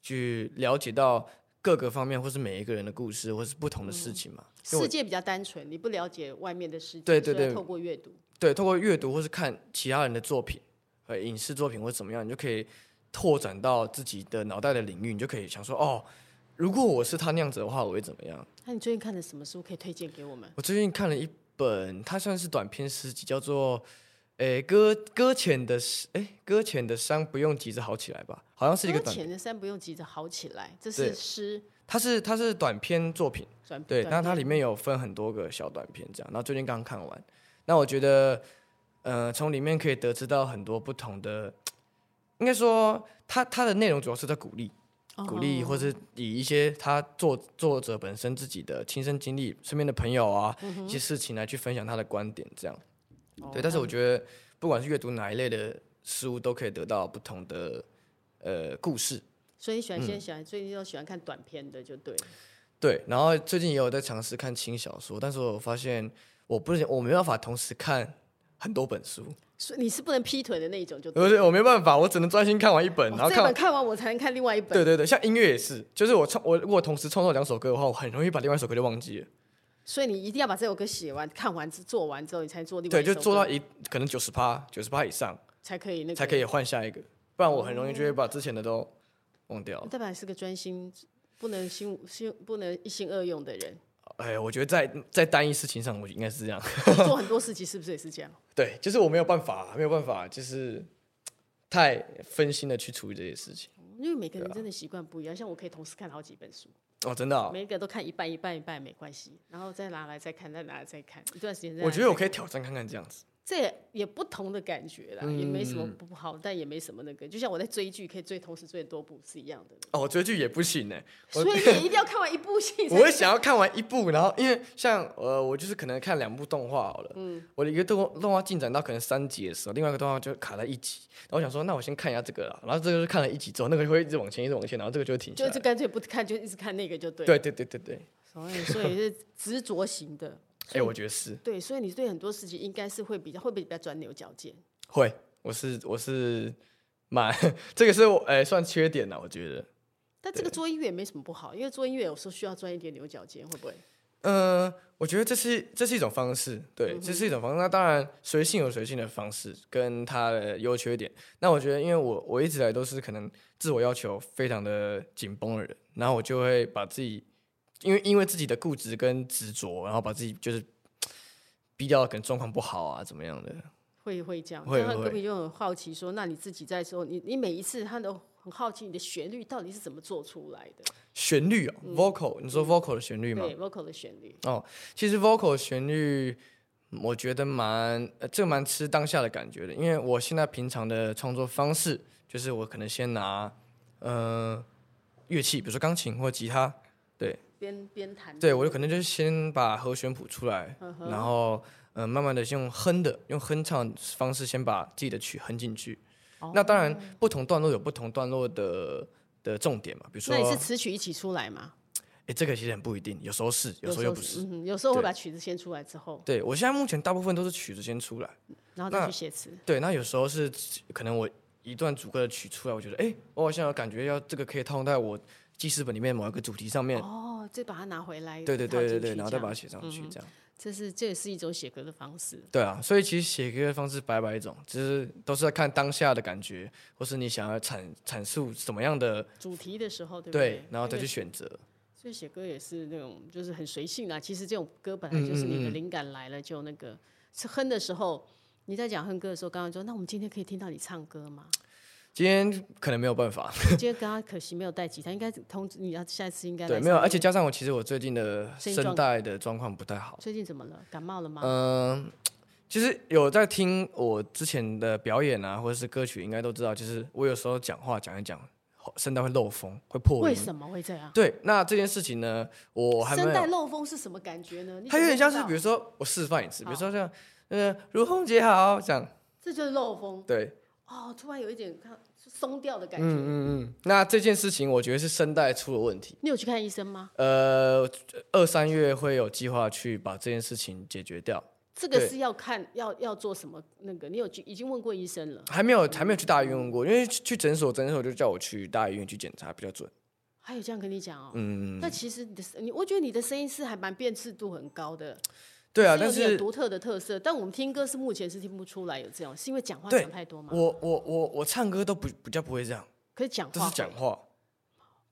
Speaker 1: 去了解到各个方面，或是每一个人的故事，或是不同的事情嘛。因为我
Speaker 2: 世界比较单纯，你不了解外面的世界，
Speaker 1: 对
Speaker 2: 所
Speaker 1: 对
Speaker 2: 以要
Speaker 1: 对
Speaker 2: 透过阅读，
Speaker 1: 对，通过阅读或是看其他人的作品，呃，影视作品或怎么样，你就可以拓展到自己的脑袋的领域，你就可以想说，哦，如果我是他那样子的话，我会怎么样？
Speaker 2: 那你最近看的什么书可以推荐给我们？
Speaker 1: 我最近看了一本，它算是短篇诗集，叫做《诶搁搁浅的诶搁浅的伤不用急着好起来吧》，好像是一个
Speaker 2: 搁
Speaker 1: 短，
Speaker 2: 浅的山不用急着好起来，这
Speaker 1: 对
Speaker 2: 是诗
Speaker 1: 它是它是短篇作品，
Speaker 2: 转
Speaker 1: 对，
Speaker 2: 转
Speaker 1: 那它
Speaker 2: 变
Speaker 1: 里面有分很多个小短片这样，然后最近刚看完，那我觉得，呃，从里面可以得知到很多不同的，应该说它它的内容主要是在鼓励，
Speaker 2: 哦
Speaker 1: 鼓励，或是以一些他作作者本身自己的亲身经历、身边的朋友啊、一些事情来去分享他的观点，这样。
Speaker 2: 哦
Speaker 1: 对，但是我觉得不管是阅读哪一类的书，都可以得到不同的呃故事。
Speaker 2: 所以你喜欢
Speaker 1: 嗯
Speaker 2: 现在喜欢、最近都喜欢看短片的，就对了。
Speaker 1: 对，然后最近也有在尝试看轻小说，但是我发现我不是我没办法同时看很多本书，
Speaker 2: 所以你是不能劈腿的那一种，就哦对
Speaker 1: 我
Speaker 2: 了。
Speaker 1: 是我没办法，我只能专心看完一本，
Speaker 2: 哦
Speaker 1: 然后
Speaker 2: 这本
Speaker 1: 看完。
Speaker 2: 看完我才能看另外一本。
Speaker 1: 对对对，像音乐也是，就是我创我如果同时创作两首歌的话，我很容易把另外一首歌就忘记了。
Speaker 2: 所以你一定要把这首歌写完、看完、做完之后，你才做另外
Speaker 1: 对，
Speaker 2: 一首
Speaker 1: 就
Speaker 2: 歌，
Speaker 1: 做到一可能九十趴、九十趴以上，
Speaker 2: 才可以那个哦
Speaker 1: 才可以换下一个，不然我很容易就会把之前的都忘掉
Speaker 2: 你。代表你是个专心，不能心心不能一心二用的人，
Speaker 1: 哎，我觉得在在单一事情上，我应该是这样。 (laughs)
Speaker 2: 做很多事情是不是也是这样？ (laughs)
Speaker 1: 对，就是我没有办法，没有办法，就是太分心的去处理这些事情。
Speaker 2: 因为每个人
Speaker 1: 啊
Speaker 2: 真的习惯不一样，像我可以同时看好几本书，
Speaker 1: 哦，真的啊、
Speaker 2: 每一个都看一半一半一半没关系，然后再拿来再看，再拿来再看，一段时间再拿来再看。
Speaker 1: 我觉得我可以挑战看看这样子。
Speaker 2: 这也也不同的感觉啦，也没什么
Speaker 1: 嗯
Speaker 2: 不好，但也没什么那个，就像我在追剧可以追同时追多部是一样的，
Speaker 1: 哦，我追剧也不行呢、欸
Speaker 2: 所以你一定要看完一部戏才
Speaker 1: 我会想要看完一部，然后因为像呃，我就是可能看两部动画好了，
Speaker 2: 嗯
Speaker 1: 我的一个动画动画进展到可能三集的时候，另外一个动画就卡在一集，然后我想说，那我先看一下这个啦，然后这个就是看了一集之后，那个会一直往前，一直往前，然后这个就会停下
Speaker 2: 就
Speaker 1: 来。
Speaker 2: 就干脆不看，就一直看那个就对。，
Speaker 1: 对对对对对，
Speaker 2: 所以所以是执着型的，
Speaker 1: 哎、我觉得是
Speaker 2: 对，所以你对很多事情应该是会比较会比较钻牛角尖。
Speaker 1: 会，我是我是蛮 (laughs) 这个是我哎、算缺点了，我觉得。
Speaker 2: 但这个做音乐也没什么不好，因为做音乐有时候需要钻一点牛角尖，会不会？
Speaker 1: 呃，我觉得这是这是一种方式，对，这是一种方式。那当然，随性有随性的方式跟它的优缺点。那我觉得，因为我我一直以来都是可能自我要求非常的紧绷的人，然后我就会把自己，因为因为自己的固执跟执着，然后把自己就是逼到可能状况不好啊，怎么样的。
Speaker 2: 会会这样，
Speaker 1: 会
Speaker 2: 这样
Speaker 1: 会
Speaker 2: 根本就很好奇说，那你自己在说，你你每一次他都很好奇你的旋律到底是怎么做出来的，
Speaker 1: 旋律哦、v o c a l 你说 vocal 的旋律吗？
Speaker 2: 对 vocal 的旋律。
Speaker 1: 哦，其实 vocal 旋律，我觉得蛮呃，这个蛮吃当下的感觉的，因为我现在平常的创作方式就是我可能先拿呃乐器，比如说钢琴或吉他，
Speaker 2: 边边弹，
Speaker 1: 对我就可能就是先把和弦谱出来，
Speaker 2: 嗯哼
Speaker 1: 然后呃慢慢的用哼的，用哼唱的方式先把自己的曲哼进去。
Speaker 2: 哦
Speaker 1: 那当然，不同段落有不同段落的的重点嘛，比如说
Speaker 2: 那，你是词曲一起出来吗？
Speaker 1: 哎，这个其实很不一定，有时候是，有时候又不是。
Speaker 2: 嗯哼有时候会
Speaker 1: 对
Speaker 2: 把曲子先出来之后，
Speaker 1: 对我现在目前大部分都是曲子先出来。
Speaker 2: 然后再
Speaker 1: 那
Speaker 2: 去写词。
Speaker 1: 对，那有时候是可能我一段主歌的曲出来，我觉得哎，我好像有感觉要这个可以套用在我记事本里面某一个主题上面。
Speaker 2: 哦，再把它拿回来，
Speaker 1: 对对
Speaker 2: 套
Speaker 1: 对对
Speaker 2: 进
Speaker 1: 对，
Speaker 2: 去
Speaker 1: 然后
Speaker 2: 这
Speaker 1: 再
Speaker 2: 样嗯
Speaker 1: 把它写上去，这样。
Speaker 2: 这是这也是一种写歌的方式。
Speaker 1: 对啊，所以其实写歌的方式百百种，只是都是在看当下的感觉，或是你想要阐阐述什么样的
Speaker 2: 主题的时候，对不
Speaker 1: 对，然后再
Speaker 2: 那
Speaker 1: 去
Speaker 2: 个
Speaker 1: 选择。
Speaker 2: 所以写歌也是那种就是很随性啊。其实这种歌本
Speaker 1: 嗯
Speaker 2: 来就是你的灵感来了就那个，是哼的时候。你在讲哼歌的时候，刚刚说，那我们今天可以听到你唱歌吗？
Speaker 1: 今天可能没有办法，
Speaker 2: 今天刚刚可惜没有带吉他，应该通知你要下一次应该来
Speaker 1: 对，没有，
Speaker 2: 上
Speaker 1: 而且
Speaker 2: 面
Speaker 1: 加上我其实我最近的
Speaker 2: 声音
Speaker 1: 声
Speaker 2: 状
Speaker 1: 带的状况不太好。
Speaker 2: 最近怎么了？感冒了吗？
Speaker 1: 嗯，其实有在听我之前的表演啊，或者是歌曲，应该都知道，就是我有时候讲话讲一讲，吼声带会漏风，会破
Speaker 2: 为
Speaker 1: 音。
Speaker 2: 什么会这样？
Speaker 1: 对，那这件事情呢，我还没
Speaker 2: 声带
Speaker 1: 有，
Speaker 2: 漏风是什么感觉呢？你
Speaker 1: 它
Speaker 2: 怎
Speaker 1: 有
Speaker 2: 么
Speaker 1: 点像是
Speaker 2: 知，道
Speaker 1: 比如说我示范一次，比如说像，呃，如虹姐好，这样，
Speaker 2: 这就是漏风
Speaker 1: 对，
Speaker 2: 哦，突然有一点看松掉的感觉。
Speaker 1: 嗯嗯嗯。那这件事情，我觉得是声带出了问题。
Speaker 2: 你有去看医生吗？
Speaker 1: 呃，二三月会有计划去把这件事情解决掉，
Speaker 2: 这个
Speaker 1: 对
Speaker 2: 是要看要要做什么那个？你有去已经问过医生了？
Speaker 1: 还没有还没有去大医院问过，因为去去诊所，诊所就叫我去大医院去检查比较准。
Speaker 2: 还有这样跟你讲哦。
Speaker 1: 嗯，
Speaker 2: 那其实你的声你，我觉得你的声音是还蛮辨识度很高的，
Speaker 1: 对啊，
Speaker 2: 有
Speaker 1: 但
Speaker 2: 你有
Speaker 1: 是
Speaker 2: 独特的特色。但我们听歌是目前是听不出来有这样，是因为讲话
Speaker 1: 对
Speaker 2: 讲太多嘛？
Speaker 1: 我我我我唱歌都不比较不会这样，
Speaker 2: 可是讲
Speaker 1: 都
Speaker 2: 话
Speaker 1: 是讲话。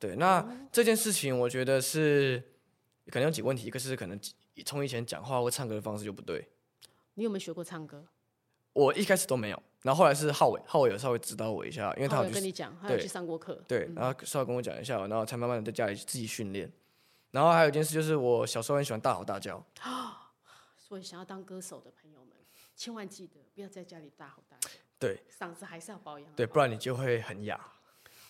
Speaker 1: 对，那这件事情我觉得是可能有几个问题，一个是可能从以前讲话或唱歌的方式就不对，
Speaker 2: 你有没有学过唱歌？
Speaker 1: 我一开始都没有，然后后来是浩伟，浩伟有稍微指导我一下，因为他
Speaker 2: 哦
Speaker 1: 有
Speaker 2: 有
Speaker 1: 去
Speaker 2: 跟你嗯讲，他有
Speaker 1: 对
Speaker 2: 去上过课。
Speaker 1: 对，然后稍微跟我讲一下，然后才慢慢的在家里自己训练。然后还有一件事就是，我小时候很喜欢大吼大叫，
Speaker 2: 所以想要当歌手的朋友们，千万记得不要在家里大吼大叫，
Speaker 1: 对
Speaker 2: 嗓子还是要保养。
Speaker 1: 对，，不然你就会很哑，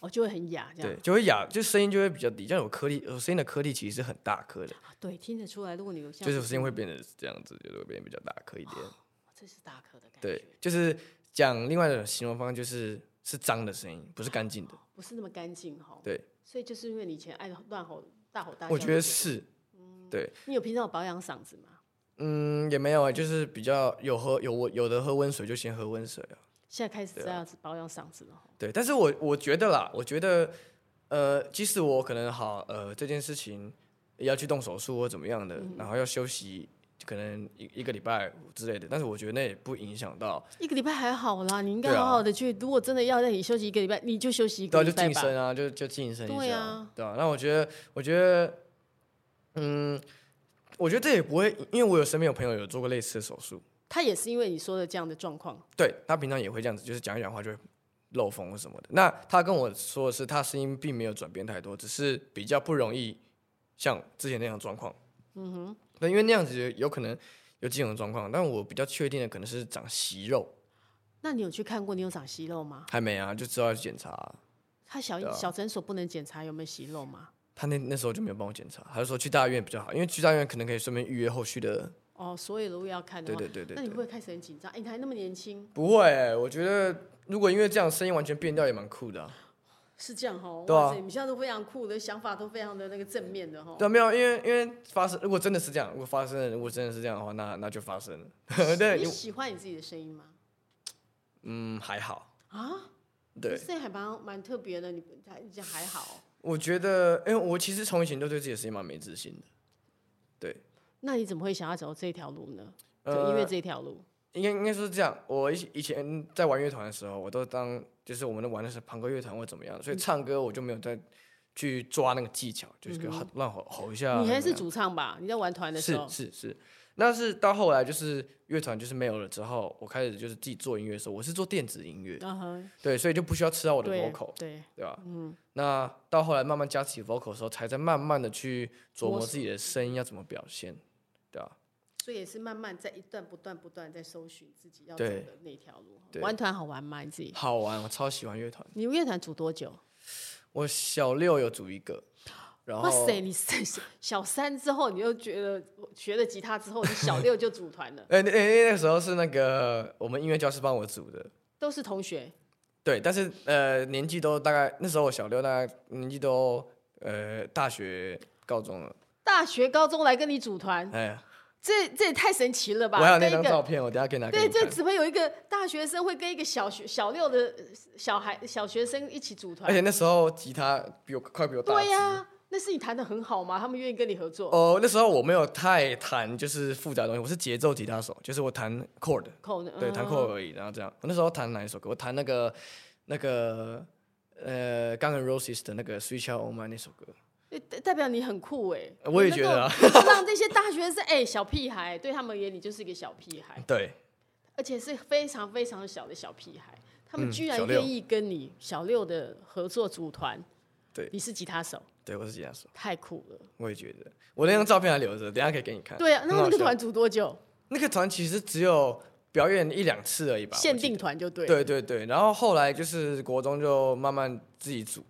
Speaker 2: 哦，就会很哑这样。
Speaker 1: 对，就会哑，就声音就会比较低，这样有颗粒，呃声音的颗粒其实是很大颗的，
Speaker 2: 啊对，听得出来。如果你有像
Speaker 1: 就是声音会变得这样子，就是会变得比较大颗一点。
Speaker 2: 这是大颗的感觉，
Speaker 1: 对，就是讲另外的形容方式，就是是脏的声音，不是干净的。
Speaker 2: 不是那么干净哈。
Speaker 1: 对，
Speaker 2: 所以就是因为你以前爱乱吼、大吼大叫。
Speaker 1: 我觉得。是，
Speaker 2: 你有平常有保养嗓子吗？
Speaker 1: 嗯，也没有啊，就是比较有喝有温有的喝温水就先喝温水啊。
Speaker 2: 现在开始这样子保养嗓子了吼。
Speaker 1: 对，但是我我觉得啦，我觉得，呃，即使我可能好，呃，这件事情要去动手术或怎么样的，然后要休息，可能一一个礼拜之类的，但是我觉得那也不影响到，
Speaker 2: 一个礼拜还好啦，你应该
Speaker 1: 对啊
Speaker 2: 好好的去。如果真的要让你休息一个礼拜，你就休息一
Speaker 1: 对
Speaker 2: 个
Speaker 1: 啊，就
Speaker 2: 礼拜
Speaker 1: 晋
Speaker 2: 吧。
Speaker 1: 升啊，就就晋升一下，
Speaker 2: 对啊
Speaker 1: 对啊那我觉得，我觉得，嗯，我觉得这也不会，因为我有身边有朋友有做过类似的手术，
Speaker 2: 他也是因为你说的这样的状况，
Speaker 1: 对他平常也会这样子，就是讲一讲话就会漏风或什么的。那他跟我说的是，他声音并没有转变太多，只是比较不容易像之前那样的状况。嗯哼，对，因为那样子有可能有几种状况，但我比较确定的可能是长息肉，
Speaker 2: 那你有去看过你有长息肉吗？
Speaker 1: 还没啊，就知道要去检查啊、
Speaker 2: 他小、小诊所不能检查有没有息肉吗？
Speaker 1: 他那那时候就没有帮我检查，他就说去大医院比较好，因为去大医院可能可以顺便预约后续的。
Speaker 2: 哦，所以如果要看的
Speaker 1: 对
Speaker 2: 话，
Speaker 1: 对对对
Speaker 2: 那你会
Speaker 1: 对，
Speaker 2: 不会开始很紧张？哎、你还那么年轻，
Speaker 1: 不会欸、我觉得如果因为这样声音完全变掉也蛮酷的啊、
Speaker 2: 是这样哈？
Speaker 1: 对啊
Speaker 2: 哇塞，你们现在都非常酷的想法，都非常的那个正面的哈。
Speaker 1: 对啊，没有，因为因为发生，如果真的是这样，如果发生了，如果真的是这样的话，那那就发生了。 (laughs) 对
Speaker 2: 你，喜欢你自己的声音吗？
Speaker 1: 嗯，还好。
Speaker 2: 啊，
Speaker 1: 对，
Speaker 2: 这还蛮蛮特别的，你还这还好哦。
Speaker 1: 我觉得，因为我其实从以前就对自己的声音蛮没自信的。
Speaker 2: 那你怎么会想要走这条路呢？走
Speaker 1: 呃
Speaker 2: 音乐这条路，
Speaker 1: 应该应该说是这样，我以以前在玩乐团的时候，我都当就是我们玩的是朋克乐团或怎么样，所以唱歌我就没有再去抓那个技巧，就是跟吼乱吼吼一下啊。
Speaker 2: 嗯你还
Speaker 1: 怎
Speaker 2: 是
Speaker 1: 么样
Speaker 2: 主唱吧？你在玩团的时候，
Speaker 1: 是是是，那是到后来就是乐团就是没有了之后，我开始就是自己做音乐的时候，我是做电子音乐，
Speaker 2: 嗯哼，
Speaker 1: 对，所以就不需要吃到我的
Speaker 2: 对
Speaker 1: vocal。
Speaker 2: 对，
Speaker 1: 对吧？嗯，那到后来慢慢加起 vocal 的时候，才在慢慢的去琢
Speaker 2: 摸
Speaker 1: 磨自己的声音要怎么表现，对吧？
Speaker 2: 所以也是慢慢在一段不断不断在搜寻自己要走
Speaker 1: 对
Speaker 2: 的那条路。
Speaker 1: 对
Speaker 2: 玩团好玩吗？你自己？
Speaker 1: 好玩，我超喜欢乐团。
Speaker 2: 你乐团组多久？
Speaker 1: 我小六有组一个，然
Speaker 2: 哇
Speaker 1: 后
Speaker 2: 塞！你是小三之后，你又觉得学了吉他之后，你小六就组团了，
Speaker 1: 哎那哎那个时候是那个我们音乐教师帮我组的，
Speaker 2: 都是同学。
Speaker 1: 对，但是呃年纪都大概那时候我小六大概年纪都呃大学高中了，
Speaker 2: 大学、高中来跟你组团，
Speaker 1: 哎呀，
Speaker 2: 这这也太神奇了吧！
Speaker 1: 我还有那
Speaker 2: 跟
Speaker 1: 张
Speaker 2: 一个
Speaker 1: 照片，我等一下可以拿给
Speaker 2: 对，
Speaker 1: 你
Speaker 2: 这
Speaker 1: 看。
Speaker 2: 怎么有一个大学生会跟一个小学小六的小孩小学生一起组
Speaker 1: 而且
Speaker 2: 团？
Speaker 1: 那时候吉他比我快比我大
Speaker 2: 对
Speaker 1: 只
Speaker 2: 呀、那是你弹的很好吗？他们愿意跟你合作
Speaker 1: 哦，那时候我没有太弹就是复杂的东西，我是节奏吉他手，就是我弹 chord，
Speaker 2: 扣呢？
Speaker 1: 对，弹
Speaker 2: 嗯
Speaker 1: chord 而已。然后这样，我那时候弹哪一首歌？我弹那个那个呃，刚刚 Roses 的那个《Sweet Child O' Mine》那首歌。
Speaker 2: 呃代代表你很酷哎、
Speaker 1: 我也觉得啊
Speaker 2: 你能够让这些大学生哎、小屁孩，对他们而言你就是一个小屁孩，
Speaker 1: 对，
Speaker 2: 而且是非常非常小的小屁孩，他们
Speaker 1: 嗯
Speaker 2: 居然
Speaker 1: 小六
Speaker 2: 愿意跟你小六的合作组团，
Speaker 1: 对
Speaker 2: 你是吉他手，
Speaker 1: 对我是吉他手，
Speaker 2: 太酷了。
Speaker 1: 我也觉得。我那张照片还留着，等一下可以给你看。
Speaker 2: 对啊，
Speaker 1: 很
Speaker 2: 那那
Speaker 1: 好
Speaker 2: 个
Speaker 1: 笑啊
Speaker 2: 团组多久？
Speaker 1: 那个团其实只有表演一两次而已吧，我
Speaker 2: 限
Speaker 1: 记得
Speaker 2: 定团就对了。
Speaker 1: 对对对，然后后来就是国中就慢慢自己组，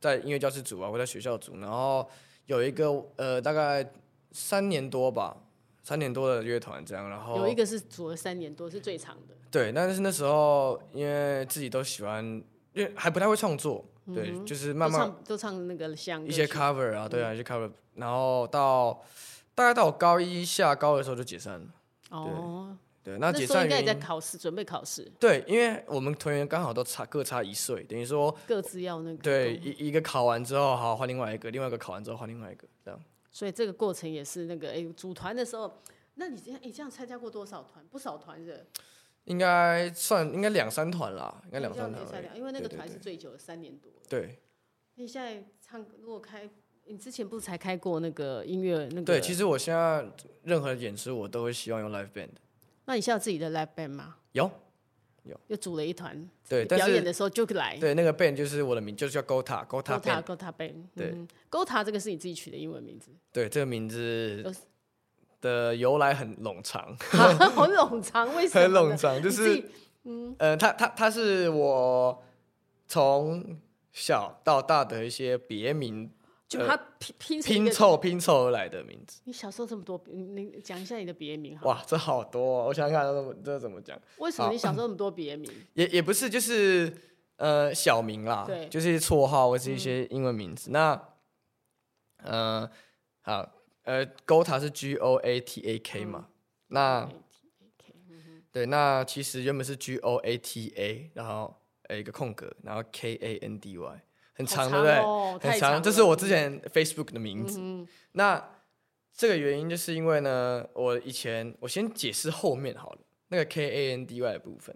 Speaker 1: 在音乐教室组啊，或在学校组，然后有一个呃大概三年多吧，三年多的乐团这样，然后
Speaker 2: 有一个是组了三年多，是最长的。
Speaker 1: 对，但是那时候因为自己都喜欢，因为还不太会创作，对，就是慢
Speaker 2: 嗯
Speaker 1: 慢
Speaker 2: 都唱都唱那个香歌
Speaker 1: 一些
Speaker 2: 曲
Speaker 1: cover 啊，对啊，一些 cover，然后到大概到我高一下高的时候就解散了，
Speaker 2: 哦，
Speaker 1: 对，那解
Speaker 2: 时候
Speaker 1: 散
Speaker 2: 应该
Speaker 1: 原
Speaker 2: 也在
Speaker 1: 因。
Speaker 2: 考试，准备考试，
Speaker 1: 对，因为我们团员刚好都差各差一岁，等于说
Speaker 2: 各自要那个
Speaker 1: 对，
Speaker 2: 够，
Speaker 1: 一一个考完之后，好换另外一个，另外一个考完之后换另外一个，这样。
Speaker 2: 所以这个过程也是那个哎，组团的时候，那你这样哎这样参加过多少团？不少团的，
Speaker 1: 应该算应该两三团啦，应该两
Speaker 2: 嗯这样
Speaker 1: 三
Speaker 2: 子
Speaker 1: 团而
Speaker 2: 才
Speaker 1: 已。
Speaker 2: 两，因为那个
Speaker 1: 对对
Speaker 2: 团是最久的，三年多了。
Speaker 1: 对，
Speaker 2: 你现在唱，如果开，你之前不是才开过那个音乐那个？
Speaker 1: 对，其实我现在任何演出我都会希望用 live band。
Speaker 2: 那你现在有自己的 live band 吗？
Speaker 1: 有，
Speaker 2: 又组了一团，
Speaker 1: 对，但
Speaker 2: 表演
Speaker 1: 是
Speaker 2: 的时候就来。
Speaker 1: 对那个 band 就是我的名，就是叫 Gota
Speaker 2: Gota
Speaker 1: Gota band。
Speaker 2: Gota Band，
Speaker 1: 对
Speaker 2: 嗯，Gota 这个是你自己取的英文名
Speaker 1: (laughs)
Speaker 2: 字， (laughs)
Speaker 1: 对，这个名字的由来很冗长，
Speaker 2: 好冗长，为什么
Speaker 1: 很
Speaker 2: 呢？
Speaker 1: 冗长，就
Speaker 2: 你自
Speaker 1: 是
Speaker 2: 己
Speaker 1: 呃，他他他是我从小到大的一些别名
Speaker 2: 就他拼拼成一
Speaker 1: 呃拼
Speaker 2: 个。
Speaker 1: 凑拼凑而来的名字。
Speaker 2: 你小时候这么多，你你讲一下你的别名好了。
Speaker 1: 哇，这好多、哦，我想想看这怎么这怎么讲，
Speaker 2: 为什么
Speaker 1: 嗯
Speaker 2: 你小时候那么多别名？
Speaker 1: 也也不是就是呃小名啦
Speaker 2: 对，嗯
Speaker 1: 就是绰号或是一些英文名字。那呃好呃，Gota 是 G O A T A K
Speaker 2: 嗯
Speaker 1: 嘛，那。对，那其实原本是 G O A T A，然后呃一个空格，然后 K A N D Y，很
Speaker 2: 好
Speaker 1: 长，对不对？
Speaker 2: 哦、
Speaker 1: 很
Speaker 2: 太
Speaker 1: 长，
Speaker 2: 长
Speaker 1: 这是
Speaker 2: 了嗯
Speaker 1: 我之前 Facebook 的名字。那这个原因就是因为呢，我以前我先解释后面好了，那个 K A N D Y 的部分，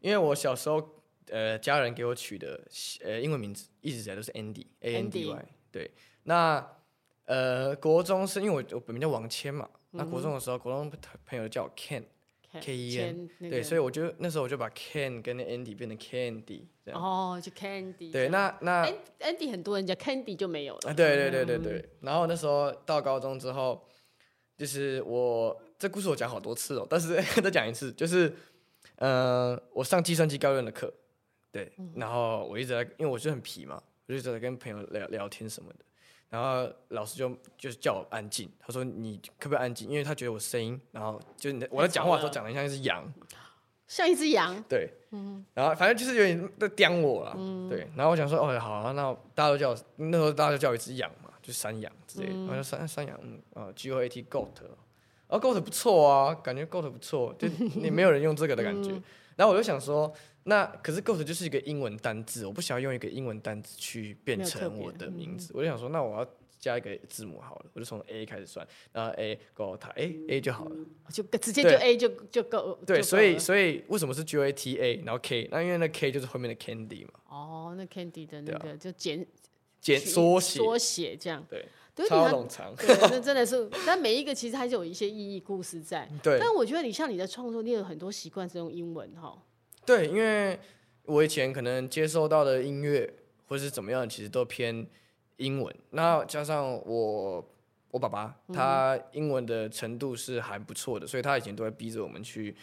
Speaker 1: 因为我小时候呃家人给我取的呃英文名字一直以来都是 Andy A N D Y，对，那呃国中是因为我我本名叫王谦嘛，那国中的时候国中朋友叫我 Ken。K E N，
Speaker 2: 签那
Speaker 1: 对，
Speaker 2: 个
Speaker 1: 所以我就那时候我就把 Ken 跟 Andy 变成 Candy 这样。
Speaker 2: 哦，就 Candy
Speaker 1: 对，那那
Speaker 2: An- Andy 很多人叫 Candy 就没有了。
Speaker 1: 啊，对对对对
Speaker 2: 嗯
Speaker 1: 对。然后那时候到高中之后，就是我这故事我讲好多次哦，但是 (laughs) 再讲一次，就是呃，我上计算机概论的课，对，
Speaker 2: 嗯
Speaker 1: 然后我一直在，因为我就很皮嘛，我就一直在跟朋友聊聊天什么的。然后老师就就是叫我安静，他说你可不可以安静？因为他觉得我声音，然后就是你在我在
Speaker 2: 太
Speaker 1: 讲
Speaker 2: 吵
Speaker 1: 话的时候
Speaker 2: 了
Speaker 1: 讲的像一只羊，
Speaker 2: 像一只羊，
Speaker 1: 对，
Speaker 2: 嗯
Speaker 1: 然后反正就是有点在刁我啦，对，然后我想说，哦，好、啊，那大家都叫我，那时候大家都叫我一只羊嘛，就山羊之类的，然后就山山羊，嗯，啊，G O A T goat，啊，goat 不错啊，感觉 goat 不
Speaker 2: (laughs)
Speaker 1: 错，就你没有人用这个的感觉，
Speaker 2: 嗯
Speaker 1: 然后我就想说，那可是 goat 就是一个英文单字，我不想要用一个英文单字去变
Speaker 2: 没有特
Speaker 1: 成
Speaker 2: 别嗯
Speaker 1: 我的名字，我就想说，那我要加一个字母好了，我就从 A 开始算，然后 A goat，哎 A 就好了。
Speaker 2: 就直接就
Speaker 1: 对
Speaker 2: A 就就够。
Speaker 1: 对，
Speaker 2: 就
Speaker 1: 所
Speaker 2: 够
Speaker 1: 以
Speaker 2: 了
Speaker 1: 所以为什么是 G A T A，然后 K？那因为那 K 就是后面的 Candy 嘛，
Speaker 2: 哦，那 Candy 的那
Speaker 1: 对啊
Speaker 2: 个就简
Speaker 1: 简
Speaker 2: 取
Speaker 1: 缩写，
Speaker 2: 缩写这样，
Speaker 1: 对，
Speaker 2: 对，你
Speaker 1: 超
Speaker 2: 还
Speaker 1: 冗长，
Speaker 2: 对，那真的是，但每一个其实还是有一些意义故事在。
Speaker 1: 嗯对
Speaker 2: 但我觉得你像你的创作，你有很多习惯是用英文哈，
Speaker 1: 对，因为我以前可能接受到的音乐或是怎么样，其实都偏英文。那加上我我爸爸
Speaker 2: 嗯
Speaker 1: 他英文的程度是还不错的，所以他以前都会逼着我们去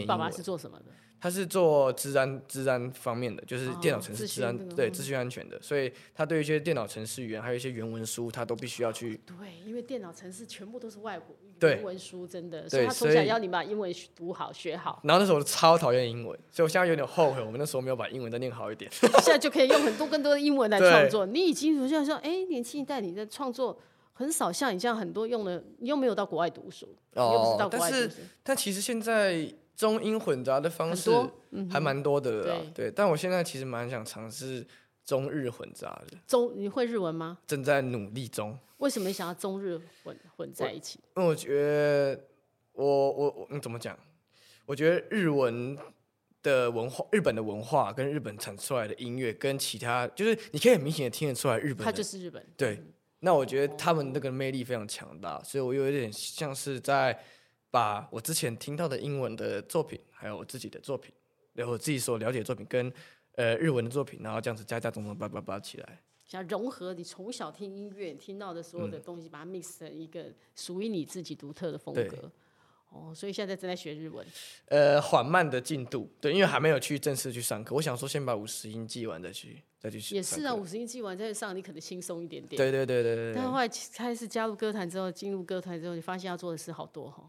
Speaker 2: 你
Speaker 1: 英
Speaker 2: 爸爸
Speaker 1: 文。
Speaker 2: 是做什么的？
Speaker 1: 他是做治安治安方面的，就是
Speaker 2: 哦
Speaker 1: 电脑城
Speaker 2: 资
Speaker 1: 市治
Speaker 2: 讯
Speaker 1: 安、
Speaker 2: 那个嗯
Speaker 1: 对资讯安全的，所以他对一些电脑城市语言还有一些原文书，他都必须要去
Speaker 2: 对，因为电脑城市全部都是外国
Speaker 1: 对
Speaker 2: 英文书，真的，所以
Speaker 1: 对
Speaker 2: 他从
Speaker 1: 所
Speaker 2: 小
Speaker 1: 以
Speaker 2: 要你把英文学读好学好，
Speaker 1: 然后那时候我超讨厌英文，所以我现在有点后悔，我们那时候没有把英文再念好一点。 (laughs)
Speaker 2: 现在就可以用很多更多的英文来
Speaker 1: 对
Speaker 2: 创作。你已经就像说，哎、年轻一代你的创作很少像你这样很多用的，你又没有到国外读书，
Speaker 1: 哦
Speaker 2: 你又不是到国
Speaker 1: 但
Speaker 2: 外读
Speaker 1: 是
Speaker 2: 书，
Speaker 1: 但其实现在中英混杂的方式
Speaker 2: 很多
Speaker 1: 还蛮多的啦、对，但我现在其实蛮想尝试中日混杂的，
Speaker 2: 中你会日文吗？
Speaker 1: 正在努力中，
Speaker 2: 为什么想要中日混混在一起？
Speaker 1: 因为我觉得我我我、嗯、怎么讲？我觉得日文。的文化，日本的文化跟日本产出来的音乐，跟其他就是你可以很明显的听得出来，日本
Speaker 2: 它
Speaker 1: 的
Speaker 2: 就是日本，
Speaker 1: 对，那我觉得他们那个魅力非常强大，所以我有一点像是在把我之前听到的英文的作品，还有我自己的作品，然后我自己所了解的作品跟呃日文的作品，然后这样子加加种种叭叭叭起来。
Speaker 2: 想融合你从小听音乐听到的所有的东西，把它 mix 成一个属于你自己独特的风
Speaker 1: 对
Speaker 2: 格。哦，所以现在正在学日文，
Speaker 1: 呃，缓慢的进度，对，因为还没有去正式去上课，我想说先把五十音记完再去再去
Speaker 2: 也
Speaker 1: 上
Speaker 2: 是啊，
Speaker 1: 课
Speaker 2: 五十音记完再上，你可能轻松一点点。
Speaker 1: 对对对对对对
Speaker 2: 但后来开始加入歌坛之后，进入歌坛之后，你发现要做的事好多哈、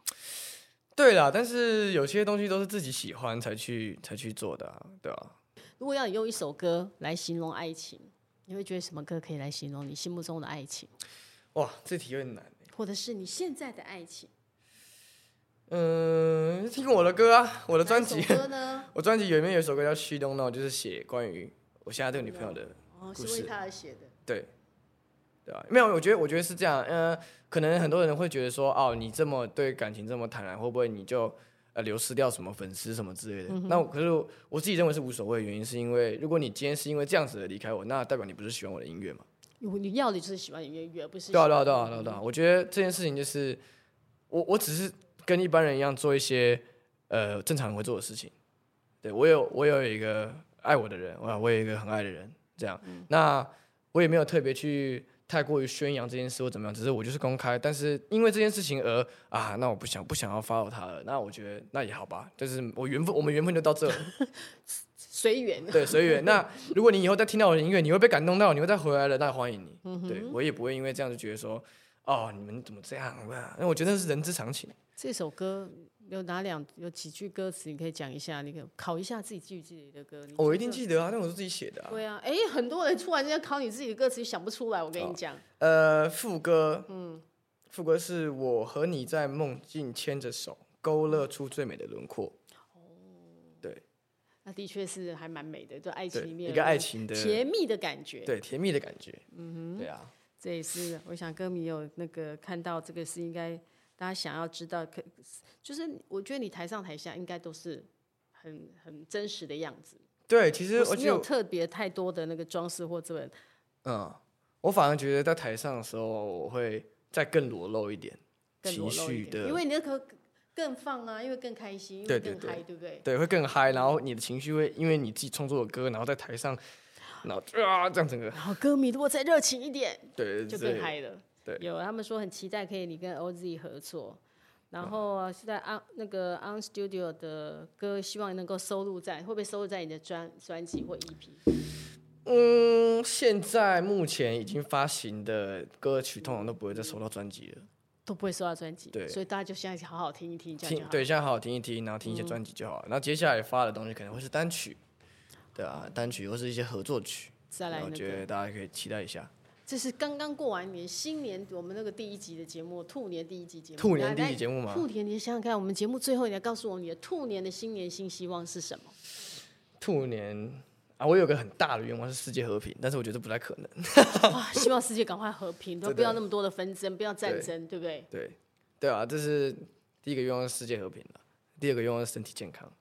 Speaker 1: 对啦，但是有些东西都是自己喜欢才去才去做的、啊，对吧、
Speaker 2: 如果要你用一首歌来形容爱情，你会觉得什么歌可以来形容你心目中的爱情，
Speaker 1: 哇，这题有点难。欸
Speaker 2: 或者是你现在的爱情？
Speaker 1: 嗯、听我的歌啊，我的专辑。
Speaker 2: 哪一首歌
Speaker 1: (laughs)
Speaker 2: 呢？
Speaker 1: 我专辑里面有一首歌叫《虚东闹》，就是写关于我现在这个女朋友的，
Speaker 2: 哦，
Speaker 1: 故
Speaker 2: 是
Speaker 1: 事
Speaker 2: 为他而写的。
Speaker 1: 对，对吧、没有，我觉得我觉得是这样，呃，可能很多人会觉得说，哦，你这么对感情这么坦然，会不会你就呃流失掉什么粉丝什么之类的。那我可是我我自己认为是无所谓，原因是因为如果你今天是因为这样子的离开我，那代表你不是喜欢我的音乐嘛？
Speaker 2: 有你要的就是喜欢音乐，而不是
Speaker 1: 对啊，
Speaker 2: 喜
Speaker 1: 对啊，
Speaker 2: 欢
Speaker 1: 对啊，对啊，对啊！我觉得这件事情就是，我我只是跟一般人一样做一些呃正常人会做的事情。对我有我有一个爱我的人，我我有一个很爱的人，这样。那我也没有特别去太过于宣扬这件事或怎么样，只是我就是公开。但是因为这件事情而啊，那我不想不想要 follow 他了。那我觉得那也好吧，就是我缘分，我们缘分就到这了。
Speaker 2: 随缘。
Speaker 1: (laughs) 对，啊随缘。那如果你以后再听到我的音乐，你会被感动到，你会再回来的，那欢迎你。
Speaker 2: 嗯
Speaker 1: 对我也不会因为这样就觉得说，哦，你们怎么这样啊？因为我觉得是人之常情。
Speaker 2: 这首歌有哪两有几句歌词？你可以讲一下，你可以考一下自己记不记得你的歌。你觉
Speaker 1: 我一
Speaker 2: 得
Speaker 1: 定记得啊，那我是自己写的啊。
Speaker 2: 对啊，哎，很多人突然间考你自己的歌词想不出来，我跟你讲，
Speaker 1: 呃，副歌，嗯，副歌是我和你在梦境牵着手，勾勒出最美的轮廓。
Speaker 2: 哦
Speaker 1: 对
Speaker 2: 那的确是还蛮美的，就爱情
Speaker 1: 对，
Speaker 2: 里面
Speaker 1: 一
Speaker 2: 有
Speaker 1: 个爱
Speaker 2: 种
Speaker 1: 情的，
Speaker 2: 甜蜜的感觉。
Speaker 1: 对甜蜜的感觉。嗯哼，对啊，
Speaker 2: 这也是我想歌迷有那个看到这个是应该大家想要知道，可就是我觉得你台上台下应该都是很很真实的样子，
Speaker 1: 对，其实
Speaker 2: 不是
Speaker 1: 而
Speaker 2: 没
Speaker 1: 且
Speaker 2: 有特别太多的那个装饰或者
Speaker 1: 嗯，我反而觉得在台上的时候，我会再更裸露一点，
Speaker 2: 更
Speaker 1: 情
Speaker 2: 裸露一
Speaker 1: 绪
Speaker 2: 点，
Speaker 1: 的
Speaker 2: 因为你那个更放啊，因为更开心，因为
Speaker 1: 对对
Speaker 2: 更嗨，对不对？
Speaker 1: 对，会更嗨，然后你的情绪会因为你自己创作的歌，然后在台上，然后 (laughs) 啊这样整个，
Speaker 2: 然后歌迷如果再热情一点，
Speaker 1: 对，
Speaker 2: 就
Speaker 1: 对
Speaker 2: 更嗨了。
Speaker 1: 对
Speaker 2: 有他们说很期待可以你跟 OZ 合作，然后啊现在 on 那个 on studio 的歌，希望能够收录在会不会收录在你的专专辑或 E EP？
Speaker 1: 嗯，现在目前已经发行的歌曲通常都不会再收到专辑了，
Speaker 2: 都不会收到专辑，
Speaker 1: 对
Speaker 2: 所以大家就现在好好听一听，这样就
Speaker 1: 听
Speaker 2: 好。嗯
Speaker 1: 对，现在好好听一听，然后听一些专辑就好了。那接下来发的东西可能会是单曲，对啊，单曲或是一些合作曲，
Speaker 2: 再来
Speaker 1: 然后我
Speaker 2: 那
Speaker 1: 觉
Speaker 2: 个，
Speaker 1: 得大家可以期待一下。
Speaker 2: 这是刚刚过完年，新年我们那个第一集的节目，兔年第一集节目，
Speaker 1: 兔年第一
Speaker 2: 来
Speaker 1: 集节目吗
Speaker 2: 兔年，你想想看，我们节目最后，你来告诉我你的兔年的新年新希望是什么？
Speaker 1: 兔年啊，我有个很大的愿望是世界和平，但是我觉得不太可能。
Speaker 2: 哇，希望世界赶快和平，都
Speaker 1: (laughs) 对
Speaker 2: 不要
Speaker 1: 对
Speaker 2: 那么多的纷争，不要战
Speaker 1: 对
Speaker 2: 争，对不对？
Speaker 1: 对，对啊，这是第一个愿望是世界和平了，第二个愿望是身体健康。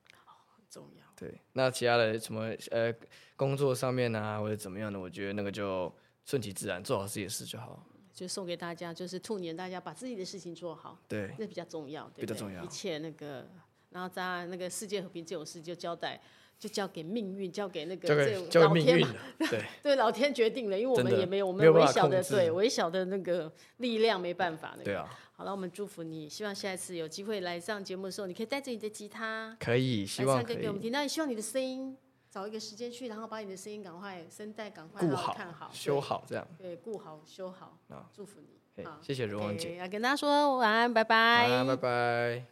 Speaker 2: 很重要。
Speaker 1: 对，那其他的什么呃工作上面啊，或者怎么样的，我觉得那个就顺其自然，做好自己的事就好。
Speaker 2: 就送给大家，就是兔年大家把自己的事情做好，
Speaker 1: 对，
Speaker 2: 那比较重要，对不对
Speaker 1: 哎比较重要
Speaker 2: 一切那个，然后大家那个世界和平这种事就交代，就交给命运，交给那个
Speaker 1: 交
Speaker 2: 这
Speaker 1: 给
Speaker 2: 种
Speaker 1: 交
Speaker 2: 老
Speaker 1: 给命
Speaker 2: 天
Speaker 1: 运
Speaker 2: 嘛，
Speaker 1: 了。对，
Speaker 2: 对，老天决定了，因为我
Speaker 1: 真
Speaker 2: 们
Speaker 1: 的
Speaker 2: 也没有我
Speaker 1: 没
Speaker 2: 们
Speaker 1: 有办
Speaker 2: 微
Speaker 1: 法
Speaker 2: 小的
Speaker 1: 控制
Speaker 2: 对微小的那个力量没办法那个。
Speaker 1: 对啊，
Speaker 2: 好了，我们祝福你，希望下一次有机会来上节目的时候，你可以带着你的吉他
Speaker 1: 可以，希
Speaker 2: 来
Speaker 1: 望
Speaker 2: 唱
Speaker 1: 可
Speaker 2: 歌给我们
Speaker 1: 以
Speaker 2: 听，那也希望你的声音找一个时间去，然后把你的声音赶快声带赶快
Speaker 1: 顾
Speaker 2: 好
Speaker 1: 好
Speaker 2: 看好、
Speaker 1: 修好这样。
Speaker 2: 对，顾好修好
Speaker 1: 啊，
Speaker 2: 祝福你。
Speaker 1: 嘿
Speaker 2: 好
Speaker 1: 谢谢荣文姐，
Speaker 2: OK，要跟大家说晚安，拜拜。
Speaker 1: 晚安，拜拜。